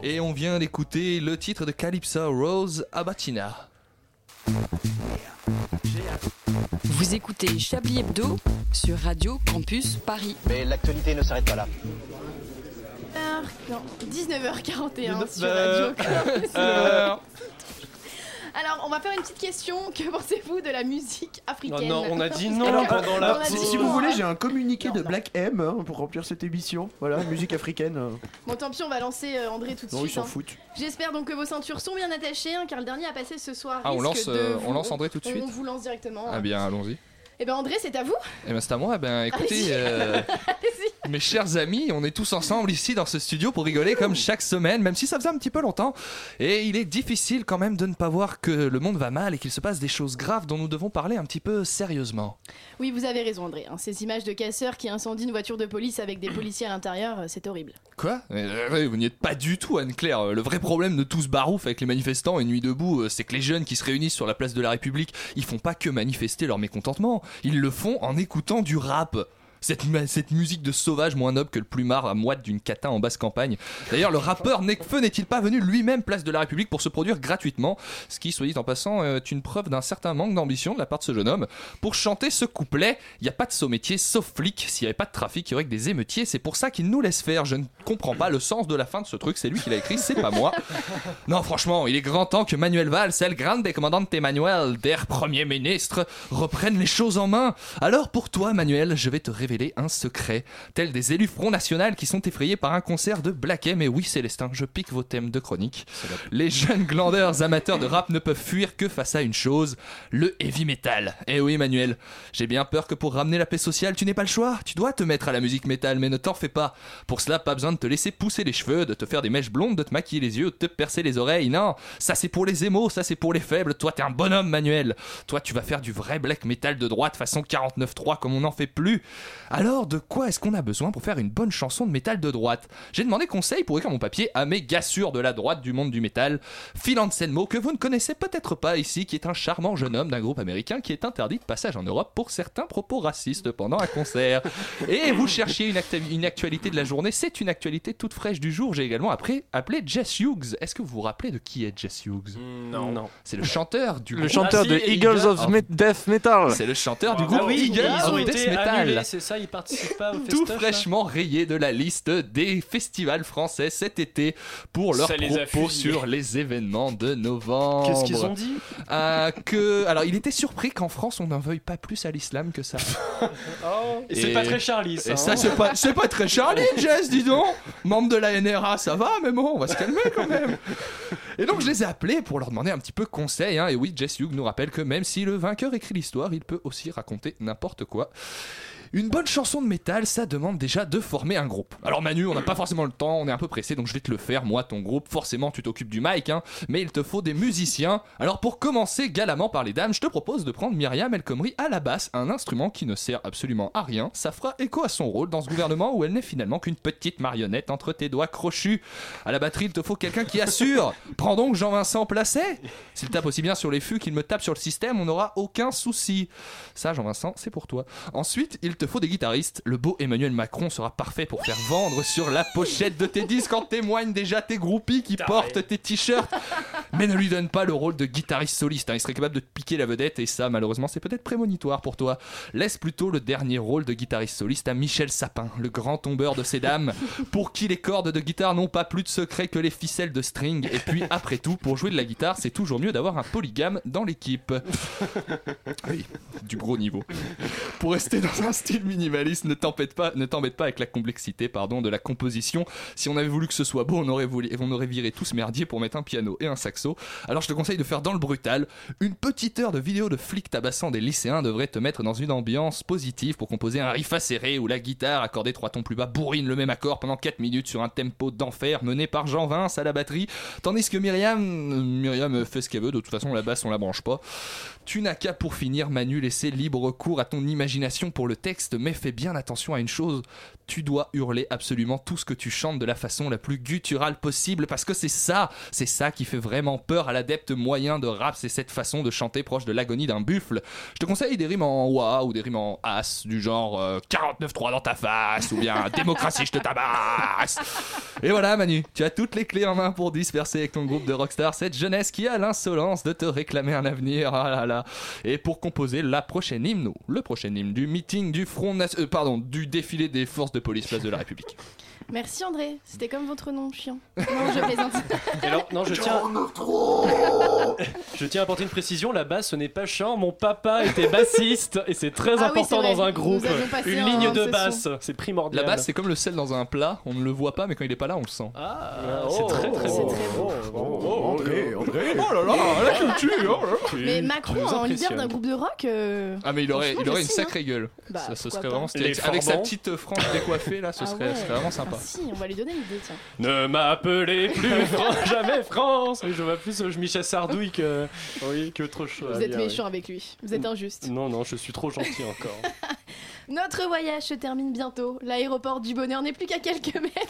Speaker 12: Et on vient d'écouter le titre de Calypso Rose Abatina.
Speaker 8: Vous écoutez Chablis Hebdo sur Radio Campus Paris.
Speaker 4: Mais l'actualité ne s'arrête pas là.
Speaker 9: Non, 19h41 sur
Speaker 11: Euh,
Speaker 9: Radio Campus.
Speaker 11: euh,
Speaker 9: Alors, on va faire une petite question. Que pensez-vous de la musique africaine
Speaker 11: Non, non, on a dit non
Speaker 9: Alors,
Speaker 11: pendant la
Speaker 9: on a
Speaker 10: Si,
Speaker 9: dit
Speaker 10: si vous
Speaker 9: non. hein.
Speaker 10: voulez, j'ai un communiqué de Black M hein, pour remplir cette émission. Voilà, musique africaine. euh.
Speaker 9: Bon, tant pis, on va lancer euh, André tout de
Speaker 10: Non,
Speaker 9: suite.
Speaker 10: ils s'en
Speaker 9: hein.
Speaker 10: foutent.
Speaker 9: J'espère donc que vos ceintures sont bien attachées, hein, car le dernier a passé ce soir.
Speaker 12: Ah, on
Speaker 9: risque
Speaker 12: lance,
Speaker 9: de
Speaker 12: euh, on
Speaker 9: vous-
Speaker 12: lance André tout de
Speaker 9: On
Speaker 12: suite
Speaker 9: vous lance directement.
Speaker 12: Ah bien, allons-y.
Speaker 9: Et ben André, c'est à vous.
Speaker 12: Eh ben c'est à moi. Eh Ben
Speaker 9: Allez-y.
Speaker 12: écoutez, euh, mes chers amis, on est tous ensemble ici dans ce studio pour rigoler comme chaque semaine, même si ça faisait un petit peu longtemps. Et il est difficile quand même de ne pas voir que le monde va mal et qu'il se passe des choses graves dont nous devons parler un petit peu sérieusement.
Speaker 9: Oui, vous avez raison, André. hein. Ces images de casseurs qui incendient une voiture de police avec des policiers à l'intérieur, euh, c'est horrible.
Speaker 12: Quoi Mais, euh, Vous n'y êtes pas du tout, Anne-Claire. Euh, Le vrai problème de tout ce barouf avec les manifestants et Nuit debout, euh, c'est que les jeunes qui se réunissent sur la place de la République, ils font pas que manifester leur mécontentement. Ils le font en écoutant du rap. Cette, ma- cette musique de sauvage moins noble que le plumard à moite d'une catin en basse campagne. D'ailleurs, le rappeur Nekfeu n'est-il pas venu lui-même place de la République pour se produire gratuitement Ce qui, soit dit en passant, euh, est une preuve d'un certain manque d'ambition de la part de ce jeune homme. Pour chanter ce couplet, il n'y a pas de métier sauf flic. S'il n'y avait pas de trafic, il y aurait que des émeutiers. C'est pour ça qu'il nous laisse faire. Je ne comprends pas le sens de la fin de ce truc. C'est lui qui l'a écrit, c'est pas moi. Non, franchement, il est grand temps que Manuel Valls, El Grande Commandante Emmanuel, der Premier Ministre, reprenne les choses en main. Alors pour toi, Manuel, je vais te révéler un secret. Tel des élus Front National qui sont effrayés par un concert de Black M. Et oui, Célestin, je pique vos thèmes de chronique. Les jeunes glandeurs amateurs de rap ne peuvent fuir que face à une chose, le heavy metal. Eh oui, Manuel, j'ai bien peur que pour ramener la paix sociale, tu n'aies pas le choix. Tu dois te mettre à la musique métal, mais ne t'en fais pas. Pour cela, pas besoin de te laisser pousser les cheveux, de te faire des mèches blondes, de te maquiller les yeux, ou de te percer les oreilles. Non, ça c'est pour les émaux, ça c'est pour les faibles. Toi, t'es un bonhomme, Manuel. Toi, tu vas faire du vrai black metal de droite façon 49.3 comme on n'en fait plus. Alors, de quoi est-ce qu'on a besoin pour faire une bonne chanson de métal de droite J'ai demandé conseil pour écrire mon papier à mes gars sûrs de la droite du monde du métal, Phil Anselmo, que vous ne connaissez peut-être pas ici, qui est un charmant jeune homme d'un groupe américain qui est interdit de passage en Europe pour certains propos racistes pendant un concert. Et vous cherchiez une, acta- une actualité de la journée, c'est une actualité toute fraîche du jour. J'ai également après appelé Jess Hughes. Est-ce que vous vous rappelez de qui est Jess Hughes
Speaker 15: Non. non.
Speaker 12: C'est le chanteur du
Speaker 15: Le
Speaker 12: groupe-
Speaker 15: chanteur de Eagles of
Speaker 12: Ah,
Speaker 15: Me-
Speaker 12: Death Metal. C'est le chanteur du groupe
Speaker 15: Ah oui,
Speaker 12: Eagles
Speaker 15: ils ont
Speaker 12: of Death
Speaker 15: été
Speaker 12: Metal
Speaker 15: annulés, c'est ça, ils participent pas au
Speaker 12: tout
Speaker 15: festival.
Speaker 12: fraîchement rayé de la liste des festivals français cet été pour leurs
Speaker 15: Ça les a
Speaker 12: propos
Speaker 15: fusillés.
Speaker 12: sur les événements de novembre.
Speaker 15: Qu'est-ce qu'ils ont dit
Speaker 12: Euh, que... Alors, il était surpris qu'en France, on n'en veuille pas plus à l'islam que ça.
Speaker 15: Et c'est pas très Charlie, ça.
Speaker 12: Et
Speaker 15: hein.
Speaker 12: ça, c'est pas, c'est pas très Charlie, Jess, dis donc. Membre de la NRA, ça va, mais bon, on va se calmer quand même. Et donc, je les ai appelés pour leur demander un petit peu conseil. hein. Et oui, Jess Hughes nous rappelle que même si le vainqueur écrit l'histoire, il peut aussi raconter n'importe quoi. Une bonne chanson de métal, ça demande déjà de former un groupe. Alors Manu, on n'a pas forcément le temps, on est un peu pressé, donc je vais te le faire, moi, ton groupe. Forcément, tu t'occupes du mic, hein, mais il te faut des musiciens. Alors pour commencer galamment par les dames, je te propose de prendre Myriam El Khomri à la basse, un instrument qui ne sert absolument à rien. Ça fera écho à son rôle dans ce gouvernement où elle n'est finalement qu'une petite marionnette entre tes doigts crochus. À la batterie, il te faut quelqu'un qui assure. Prends donc Jean-Vincent Placet. S'il tape aussi bien sur les fûts qu'il me tape sur le système, on n'aura aucun souci. Ça, Jean-Vincent, c'est pour toi. Ensuite, il te faut des guitaristes. Le beau Emmanuel Macron sera parfait pour faire vendre sur la pochette de tes disques. En témoignent déjà tes groupies qui portent tes t-shirts. Mais ne lui donne pas le rôle de guitariste soliste. hein. Il serait capable de te piquer la vedette et ça, malheureusement, c'est peut-être prémonitoire pour toi. Laisse plutôt le dernier rôle de guitariste soliste à Michel Sapin, le grand tombeur de ces dames, pour qui les cordes de guitare n'ont pas plus de secret que les ficelles de string. Et puis, après tout, pour jouer de la guitare, c'est toujours mieux d'avoir un polygame dans l'équipe. Oui, du gros niveau. Pour rester dans un style minimaliste, ne t'embête pas, ne t'embête pas avec la complexité, pardon, de la composition. Si on avait voulu que ce soit beau, on aurait voulu, on aurait viré tout ce merdier pour mettre un piano et un saxo. Alors je te conseille de faire dans le brutal. Une petite heure de vidéo de flics tabassant des lycéens devrait te mettre dans une ambiance positive pour composer un riff acéré où la guitare accordée trois tons plus bas bourrine le même accord pendant 4 minutes sur un tempo d'enfer mené par Jean Vince à la batterie, tandis que Myriam, euh, Myriam euh, fait ce qu'elle veut. De toute façon, la basse on la branche pas. Tu n'as qu'à pour finir, Manu, laisser libre cours à ton imagination pour le texte, mais fais bien attention à une chose. tu dois hurler absolument tout ce que tu chantes de la façon la plus gutturale possible parce que c'est ça, c'est ça qui fait vraiment peur à l'adepte moyen de rap, c'est cette façon de chanter proche de l'agonie d'un buffle. Je te conseille des rimes en wa ou des rimes en as du genre euh, 49-3 dans ta face ou bien démocratie je te tabasse. Et voilà Manu, tu as toutes les clés en main pour disperser avec ton groupe de rockstar cette jeunesse qui a l'insolence de te réclamer un avenir. Ah là là. Et pour composer la prochaine hymne, ou le prochain hymne du meeting du Front National, pardon, du défilé des forces de police place de la République.
Speaker 9: Merci André, c'était comme votre nom chiant. Non, je plaisante.
Speaker 11: Et alors, non, je tiens. je tiens à apporter une précision là-bas, ce n'est pas chiant. Mon papa était bassiste et c'est très
Speaker 9: Ah oui,
Speaker 11: important
Speaker 9: c'est vrai.
Speaker 11: dans un groupe.
Speaker 9: Nous avions passé
Speaker 11: Une
Speaker 9: un-
Speaker 11: ligne
Speaker 9: une
Speaker 11: de
Speaker 9: session.
Speaker 11: basse, c'est primordial.
Speaker 12: La basse, c'est comme le sel dans un plat, on ne le voit pas, mais quand il est pas là, on le sent. Ah,
Speaker 11: oh.
Speaker 12: c'est très très beau.
Speaker 10: Oh, André, André.
Speaker 12: Oh là là, la culture. oh là là.
Speaker 9: Mais Macron hein, en leader d'un groupe de rock. euh,
Speaker 12: Ah mais il aurait,
Speaker 9: franchement,
Speaker 12: il aurait
Speaker 9: je
Speaker 12: une
Speaker 9: signe, hein.
Speaker 12: sacrée gueule.
Speaker 9: Bah,
Speaker 12: ça, ce
Speaker 9: pourquoi
Speaker 12: serait
Speaker 9: pas.
Speaker 12: vraiment
Speaker 11: Les
Speaker 12: stylé. Avec sa
Speaker 11: Forbans.
Speaker 12: petite euh, frange décoiffée là, ce
Speaker 9: Ah
Speaker 12: serait,
Speaker 9: ouais.
Speaker 12: ce serait vraiment sympa.
Speaker 9: Ah si, on va lui donner l'idée, tiens.
Speaker 11: Ne m'appelez plus Fran- jamais France. Oui, je vois plus euh, je Michel Sardouille que, oui, que autre chose.
Speaker 9: Vous êtes
Speaker 11: Ah, oui.
Speaker 9: méchant avec lui, vous
Speaker 12: Mm.
Speaker 9: êtes injuste.
Speaker 11: Non, non, je suis trop gentil encore.
Speaker 9: Notre voyage se termine bientôt. L'aéroport du bonheur n'est plus qu'à quelques mètres.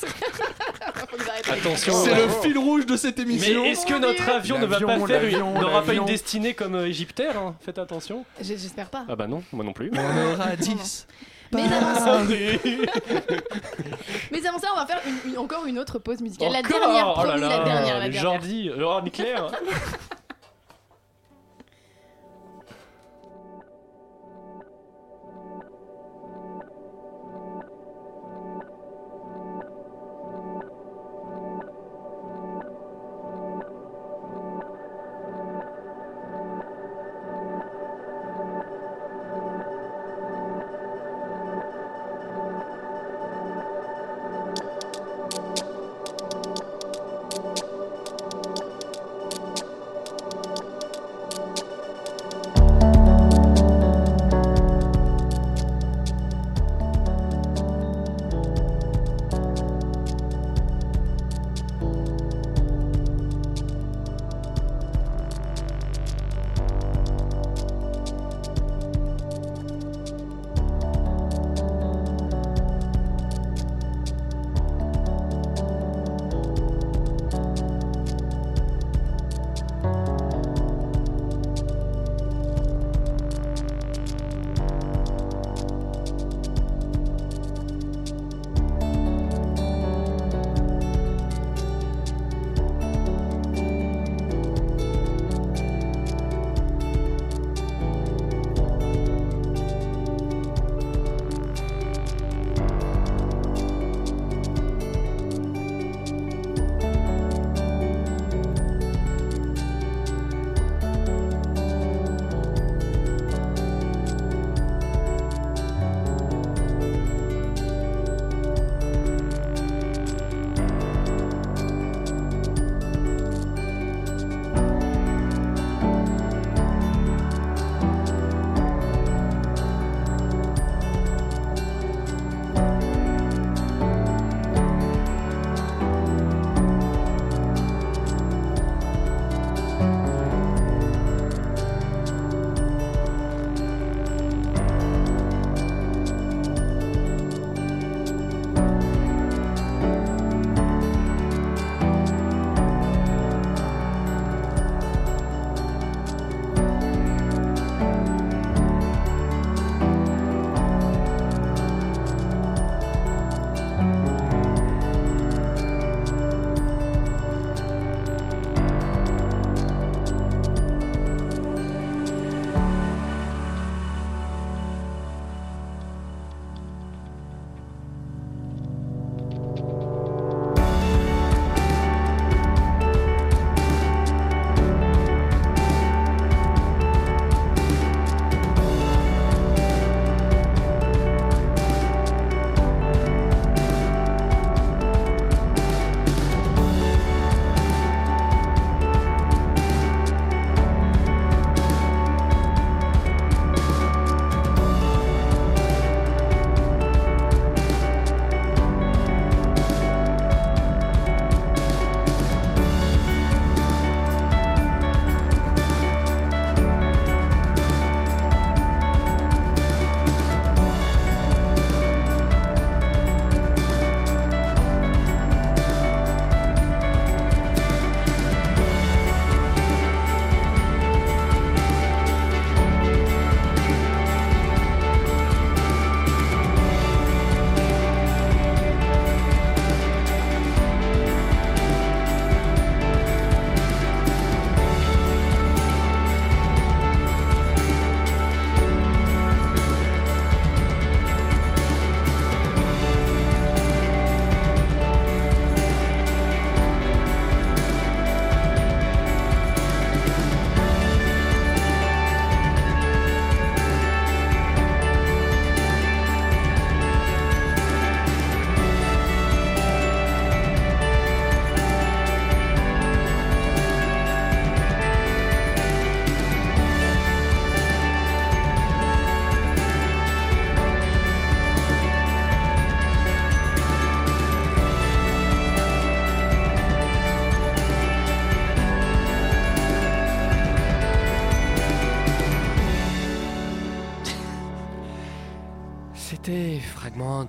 Speaker 9: Faut que j'arrête.
Speaker 11: Attention.
Speaker 12: C'est le fil rouge de cette émission.
Speaker 11: Mais est-ce que notre avion ne va pas
Speaker 12: L'avion,
Speaker 11: faire une-
Speaker 12: l'avion,
Speaker 11: n'aura pas
Speaker 12: l'avion.
Speaker 11: une destinée comme euh, égyptaire hein Faites attention.
Speaker 9: J'ai- J'espère pas.
Speaker 11: Ah bah non, moi non plus.
Speaker 12: On aura 10.
Speaker 9: Mais
Speaker 11: Ah,
Speaker 9: avant, ça,
Speaker 11: oui.
Speaker 9: mais avant ça, on va faire une- une- encore une autre pause musicale. la
Speaker 11: Encore
Speaker 9: dernière,
Speaker 11: Oh là
Speaker 9: promis, la
Speaker 11: là,
Speaker 9: dernière, la
Speaker 11: le
Speaker 9: dernière.
Speaker 11: Jordi, oh, Niclair.
Speaker 13: Thank
Speaker 21: écoutez Fragments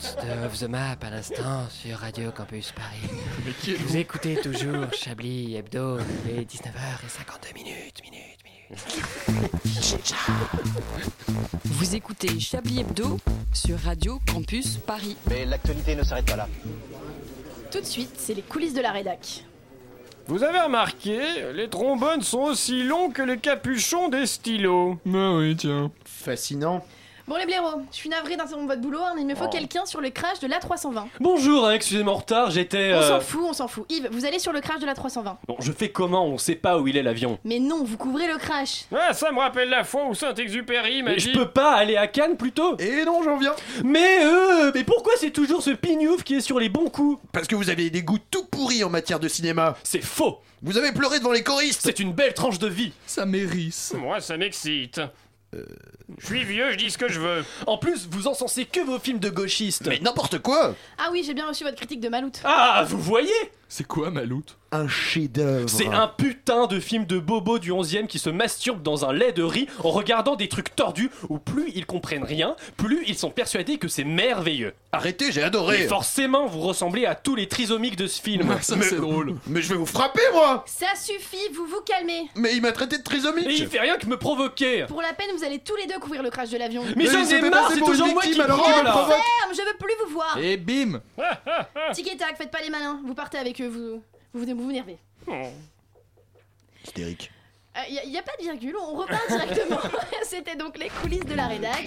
Speaker 21: of the Map à l'instant sur Radio Campus Paris. Vous écoutez toujours Chablis Hebdo, il est 19h52 minutes, minutes, minutes.
Speaker 8: Vous écoutez Chablis Hebdo sur Radio Campus Paris.
Speaker 4: Mais l'actualité ne s'arrête pas là.
Speaker 9: Tout de suite, c'est les coulisses de la rédac.
Speaker 15: Vous avez remarqué, les trombones sont aussi longs que les capuchons des stylos.
Speaker 12: Ah oui, tiens.
Speaker 10: Fascinant.
Speaker 9: Bon les blaireaux, je suis navré d'interrompre votre boulot, hein, mais il me faut
Speaker 11: Oh.
Speaker 9: quelqu'un sur le crash de l'A320.
Speaker 11: Bonjour, hein, excusez-moi en retard, j'étais.
Speaker 9: On
Speaker 11: euh,
Speaker 9: s'en fout, on s'en fout. Yves, vous allez sur le crash de l'A320.
Speaker 11: Bon, je fais comment On sait pas où il est l'avion.
Speaker 9: Mais non, vous couvrez le crash.
Speaker 15: Ah, ça me rappelle la fois où Saint-Exupéry m'a
Speaker 11: Mais je
Speaker 15: dit.
Speaker 11: peux pas aller à Cannes plutôt
Speaker 10: Et non, j'en viens
Speaker 11: Mais euh, mais pourquoi c'est toujours ce pignouf qui est sur les bons coups
Speaker 10: Parce que vous avez des goûts tout pourris en matière de cinéma.
Speaker 11: C'est faux
Speaker 10: Vous avez pleuré devant les choristes
Speaker 11: C'est une belle tranche de vie
Speaker 12: Ça mérisse.
Speaker 15: Moi, ça m'excite. Je suis vieux, je dis ce que je veux.
Speaker 11: En plus, vous encensez que vos films de gauchistes
Speaker 10: Mais n'importe quoi
Speaker 9: Ah oui, j'ai bien reçu votre critique de Maloute.
Speaker 11: Ah, vous voyez
Speaker 12: C'est quoi Maloute
Speaker 10: Un chef-d'œuvre.
Speaker 11: C'est un putain de film de bobo du 11 e qui se masturbe dans un lait de riz en regardant des trucs tordus où plus ils comprennent rien, plus ils sont persuadés que c'est merveilleux.
Speaker 10: Arrêtez, j'ai adoré
Speaker 11: Mais forcément, vous ressemblez à tous les trisomiques de ce film.
Speaker 12: Ah, Ça, c'est drôle.
Speaker 10: Mais je vais vous frapper, moi
Speaker 9: Ça suffit, vous vous calmez.
Speaker 10: Mais il m'a traité de trisomique
Speaker 11: Et il fait rien que me provoquer
Speaker 9: Pour la peine, vous allez tous les deux couvrir le crash de l'avion.
Speaker 11: Mais
Speaker 10: Mais
Speaker 11: j'en
Speaker 10: il se
Speaker 11: ai
Speaker 10: fait
Speaker 11: marre,
Speaker 10: passer
Speaker 11: c'est
Speaker 10: pour une
Speaker 11: toujours moi qui
Speaker 10: victime, alors qu'il me
Speaker 11: parle.
Speaker 10: provoque.
Speaker 9: Ferme, je veux plus vous voir.
Speaker 12: Et bim
Speaker 9: Tic et tac, faites pas les malins. Vous partez avec eux, vous vous venez vous m'énervez.
Speaker 10: Hystérique.
Speaker 9: Il n'y Euh, a, pas de virgule, on repart directement. C'était donc les coulisses de la rédac.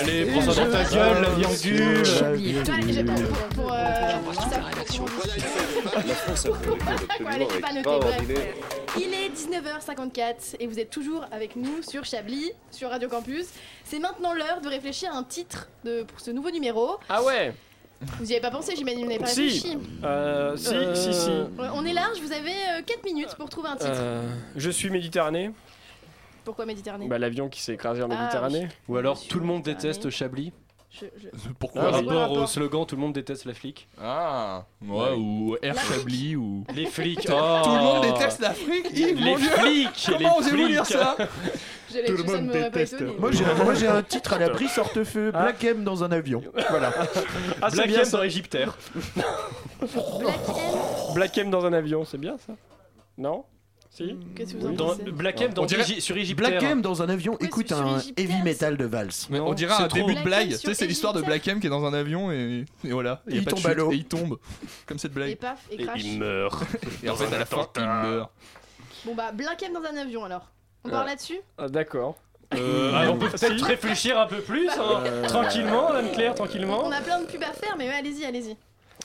Speaker 11: Allez, prends ça dans ta gueule, la virgule
Speaker 9: Pour, euh, ça-
Speaker 1: La France a fait des choses
Speaker 9: Ouais, elle
Speaker 1: absolument
Speaker 9: était pas notée, bref.
Speaker 1: extraordinaires.
Speaker 9: Il est 19h54 et vous êtes toujours avec nous sur Chablis, sur Radio Campus. C'est maintenant l'heure de réfléchir à un titre de, pour ce nouveau numéro.
Speaker 15: Ah ouais
Speaker 9: Vous n'y avez pas pensé, j'imagine, vous n'avez pas réfléchi.
Speaker 15: Si Euh, Si,
Speaker 9: Euh,
Speaker 15: si, si.
Speaker 9: ouais, On est large, vous avez 4 minutes pour trouver un titre.
Speaker 15: Euh, je suis Méditerranée.
Speaker 9: Pourquoi Méditerranée
Speaker 15: Bah, l'avion qui s'est écrasé en
Speaker 9: Ah,
Speaker 15: Méditerranée.
Speaker 11: Ou alors tout le monde déteste Chablis
Speaker 9: Je- je-
Speaker 11: Pourquoi
Speaker 15: Ah,
Speaker 11: Par
Speaker 15: oui.
Speaker 11: rapport
Speaker 15: Rapport.
Speaker 11: au slogan tout le monde déteste la flic
Speaker 12: Ah Moi ou Air Chablis ou.
Speaker 11: Les flics oh.
Speaker 12: Tout le monde déteste l'Afrique, Yves,
Speaker 11: Les
Speaker 12: mon dieu
Speaker 11: flics
Speaker 12: Comment
Speaker 11: les
Speaker 12: osez-vous dire
Speaker 11: flics.
Speaker 12: ça
Speaker 9: je l'ai- je- ça ne m'aurait pas étonné.
Speaker 10: Moi j'ai, moi, j'ai un titre à l'abri sorte-feu, Black M dans un avion. Voilà.
Speaker 15: Ah, c'est
Speaker 11: Black
Speaker 15: bien
Speaker 11: M
Speaker 15: ça.
Speaker 11: dans Égyptaire.
Speaker 15: Black M dans un avion, c'est bien ça Non Si
Speaker 9: Qu'est-ce que vous en
Speaker 15: Oui.
Speaker 11: Dans-
Speaker 9: pensez
Speaker 11: Black M dans
Speaker 12: On dirait-
Speaker 11: Égi- sur Égyptaire.
Speaker 10: Black M dans un avion écoute un heavy metal de valse.
Speaker 12: Mais on dirait
Speaker 11: c'est
Speaker 12: un
Speaker 11: trop.
Speaker 12: début de
Speaker 9: Black
Speaker 12: blague,
Speaker 9: M
Speaker 12: tu
Speaker 9: sur
Speaker 12: sais, c'est l'histoire de
Speaker 9: Hélicoptère.
Speaker 12: Black M qui est dans un avion et, et voilà, y a
Speaker 10: Il
Speaker 12: pas de
Speaker 10: tombe
Speaker 12: chute,
Speaker 10: à l'eau.
Speaker 12: Et il tombe, comme cette blague.
Speaker 9: Et paf, et crash.
Speaker 11: meurt.
Speaker 12: Et en fait, à la fin, il meurt.
Speaker 9: Bon bah, Black M dans un avion alors. On part
Speaker 15: Ouais.
Speaker 9: là-dessus
Speaker 15: Ah, D'accord.
Speaker 11: Euh, alors on peut peut-être
Speaker 15: Si.
Speaker 11: réfléchir un peu plus, hein.
Speaker 15: Euh.
Speaker 11: tranquillement, Anne-Claire,
Speaker 9: On
Speaker 11: tranquillement.
Speaker 9: a plein de pubs à faire, mais ouais, allez-y, allez-y.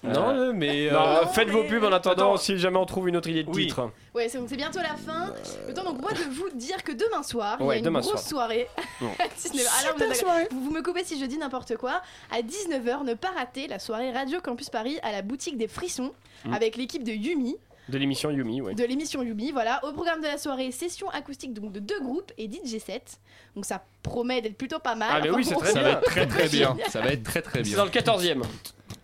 Speaker 11: Non, euh, mais.
Speaker 15: Non,
Speaker 11: euh,
Speaker 15: faites vos
Speaker 9: mais-
Speaker 15: pubs en attendant
Speaker 11: Attends.
Speaker 15: si jamais on trouve une autre idée de
Speaker 11: Oui.
Speaker 15: titre. hein,
Speaker 9: Ouais, c'est donc c'est bientôt la fin. Le temps donc moi de vous dire que demain soir, il y
Speaker 15: Ouais,
Speaker 9: a une
Speaker 15: demain
Speaker 9: grosse
Speaker 15: soir.
Speaker 9: soirée.
Speaker 15: Bon.
Speaker 9: Si ce n'est- Ah, là, vous, êtes d'accord. vous, vous me coupez si je dis n'importe quoi. À 19h, ne pas rater la soirée Radio Campus Paris à la boutique des Frissons
Speaker 15: Mm.
Speaker 9: avec l'équipe de Yumi,
Speaker 15: De l'émission Yumi, ouais.
Speaker 9: de l'émission Yumi. Voilà, au programme de la soirée, session acoustique donc de deux groupes et DJ 7 Donc ça promet d'être plutôt pas mal.
Speaker 15: Ah, mais
Speaker 9: Enfin,
Speaker 15: oui, c'est
Speaker 9: on-
Speaker 15: très
Speaker 12: Ça va
Speaker 15: bien.
Speaker 12: être très très bien. Ça va être très très
Speaker 15: C'est dans
Speaker 12: bien.
Speaker 15: le 14 e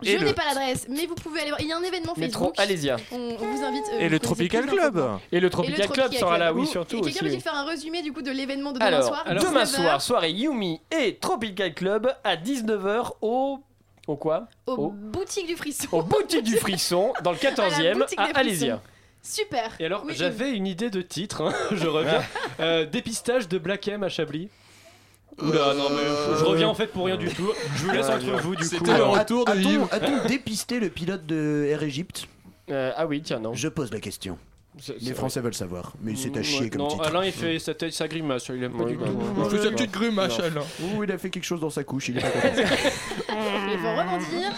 Speaker 9: Je
Speaker 12: Et le-
Speaker 9: n'ai pas l'adresse, mais vous pouvez aller voir. Il y a un événement
Speaker 15: Métro
Speaker 9: Facebook.
Speaker 15: Alésia.
Speaker 9: On, on
Speaker 19: Et
Speaker 9: vous invite. euh, vous connaissez
Speaker 19: le Tropical
Speaker 9: plus d'infos que moi.
Speaker 19: Club
Speaker 15: Et le
Speaker 9: Et
Speaker 15: Tropical
Speaker 9: le
Speaker 15: Club sera là, oui,
Speaker 9: Ouh,
Speaker 15: surtout
Speaker 9: Et quelqu'un
Speaker 15: aussi.
Speaker 9: peut
Speaker 15: oui.
Speaker 9: nous faire un résumé du coup de l'événement de demain
Speaker 15: Alors,
Speaker 9: soir
Speaker 15: alors, demain
Speaker 9: 19h,
Speaker 15: soir, soirée Yumi et Tropical Club à 19h au. Au quoi
Speaker 9: aux
Speaker 15: Au-
Speaker 9: boutiques du frisson.
Speaker 15: Au boutique du frisson, dans le 14
Speaker 9: À la
Speaker 15: e
Speaker 9: boutique des
Speaker 15: à Alésia.
Speaker 9: Frissons. Super.
Speaker 11: Et alors,
Speaker 9: Oui,
Speaker 11: j'avais une idée de titre, hein, je reviens. Euh, dépistage de Black M à Chablis. Oula, non, mais euh, je, je reviens en fait pour rien du tout. Je vous laisse entre vous du coup.
Speaker 12: euh, C'était le
Speaker 11: Alors,
Speaker 12: retour de Yves.
Speaker 10: A-t-on, a-t-on dépisté le pilote de Air Egypte
Speaker 15: Euh, ah oui, tiens, non.
Speaker 10: Je pose la question.
Speaker 15: C'est- c'est
Speaker 10: Les Français veulent savoir, mais c'est à
Speaker 16: Mmh,
Speaker 15: Mmh,
Speaker 10: chier
Speaker 11: ouais,
Speaker 10: comme
Speaker 11: non,
Speaker 10: titre.
Speaker 11: Alain il fait sa, tête- sa grimace, il aime pas
Speaker 15: Ouais,
Speaker 11: du
Speaker 15: bah,
Speaker 11: tout.
Speaker 12: Je fais sa petite grimace,
Speaker 10: Non.
Speaker 12: elle.
Speaker 10: Ouh, il a fait quelque chose dans sa couche, il est pas content.
Speaker 9: Il faut rebondir.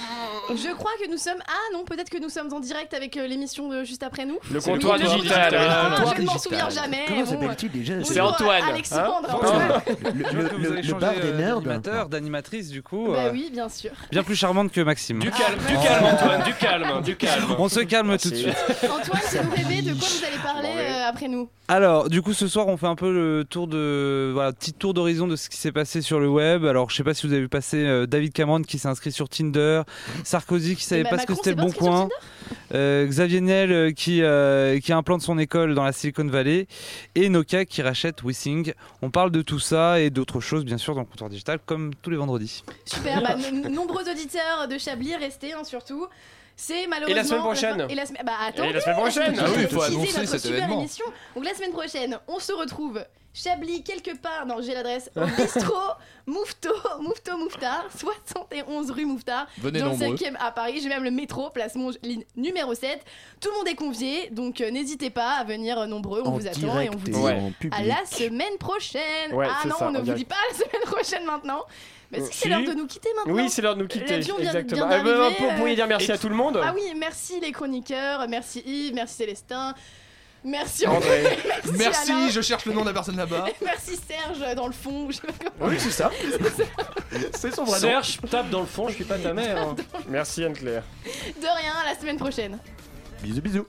Speaker 9: Je crois que nous sommes. Ah non, peut-être que nous sommes en direct avec euh, l'émission de juste après nous.
Speaker 15: Le
Speaker 11: C'est le
Speaker 15: comptoir
Speaker 11: comptoir
Speaker 15: digital.
Speaker 9: Ah,
Speaker 15: oui.
Speaker 9: je ne m'en souviens jamais.
Speaker 10: Comment
Speaker 9: Bon,
Speaker 10: s'appelle-t-il déjà
Speaker 9: bonjour
Speaker 15: C'est Antoine,
Speaker 9: à Alexandre.
Speaker 15: hein
Speaker 10: Le, le-
Speaker 22: Je vois que
Speaker 10: le-
Speaker 22: vous avez
Speaker 10: le
Speaker 22: changé
Speaker 10: bar des
Speaker 22: euh,
Speaker 10: nerds
Speaker 22: d'animateur, d'animatrice du coup.
Speaker 9: Bah
Speaker 22: euh,
Speaker 9: oui, bien sûr.
Speaker 22: Bien plus charmante que Maxime.
Speaker 11: Du calme, du calme, Antoine, du calme, du calme.
Speaker 22: On se calme tout de suite.
Speaker 9: Antoine, c'est vous bébé, de quoi vous allez parler euh, après nous
Speaker 22: Alors, du coup, ce soir, on fait un peu le tour de. Voilà, petit tour d'horizon de ce qui s'est passé sur le web. Alors, je sais pas si vous avez vu passer euh, David Cameron qui s'est inscrit sur Tinder, Sarkozy qui savait
Speaker 9: bah,
Speaker 22: pas ce que
Speaker 9: Macron,
Speaker 22: c'était le
Speaker 9: c'est pas
Speaker 22: bon
Speaker 9: ce qu'ils ont
Speaker 22: coin, euh, Xavier Niel euh, qui, euh, qui implante son école dans la Silicon Valley, et Nokia qui rachète Wissing. On parle de tout ça et d'autres choses, bien sûr, dans le comptoir digital, comme tous les vendredis.
Speaker 9: Super, bah, no- nombreux auditeurs de Chablis, restez hein, surtout. C'est malheureusement.
Speaker 15: semaine prochaine.
Speaker 9: fin- Et la, semaine- bah, attendez,
Speaker 15: Et la semaine prochaine.
Speaker 9: semaine
Speaker 15: Ah oui, il faut
Speaker 9: prochaine,
Speaker 15: annoncer
Speaker 9: notre
Speaker 15: cet
Speaker 9: super
Speaker 15: événement.
Speaker 9: émission. Donc la semaine prochaine, on se retrouve Chablis quelque part. Non, j'ai l'adresse. Au bistrot Mouveteau, Mouveteau Mouffetard, 71 rue Mouffetard.
Speaker 13: Venez
Speaker 9: dans le
Speaker 13: nombreux.
Speaker 9: 5e à Paris. J'ai même le métro, place Monge, ligne numéro 7. Tout le monde est convié, donc euh, n'hésitez pas à venir euh, nombreux. On
Speaker 13: En
Speaker 9: vous attend et
Speaker 13: direct
Speaker 9: on vous
Speaker 13: et
Speaker 9: dit
Speaker 13: en
Speaker 9: à
Speaker 13: public.
Speaker 9: la semaine prochaine.
Speaker 15: Ouais,
Speaker 9: ah
Speaker 15: c'est
Speaker 9: non,
Speaker 15: ça,
Speaker 9: on ne
Speaker 15: en
Speaker 9: vous
Speaker 15: direct.
Speaker 9: dit pas la semaine prochaine maintenant. Mais si, c'est
Speaker 15: Si.
Speaker 9: l'heure de nous quitter maintenant.
Speaker 15: Oui, c'est l'heure de nous quitter,
Speaker 9: L'avion vient,
Speaker 15: exactement.
Speaker 9: vient
Speaker 15: Eh ben,
Speaker 9: d'arriver,
Speaker 15: pour-
Speaker 9: euh,
Speaker 15: pourriez dire merci
Speaker 9: et-
Speaker 15: à tout le monde.
Speaker 9: Ah oui, merci les chroniqueurs, merci Yves, merci Célestin, merci
Speaker 12: André.
Speaker 9: André,
Speaker 12: Merci,
Speaker 9: Alain,
Speaker 12: je cherche le nom de la personne là-bas.
Speaker 9: merci Serge dans le fond. je sais pas comment-
Speaker 12: Oui, c'est ça.
Speaker 15: C'est
Speaker 9: son vrai nom.
Speaker 15: Serge, tape dans le fond, je suis pas ta mère. hein. Merci Anne-Claire.
Speaker 9: De rien, à la semaine prochaine.
Speaker 10: Bisous, bisous.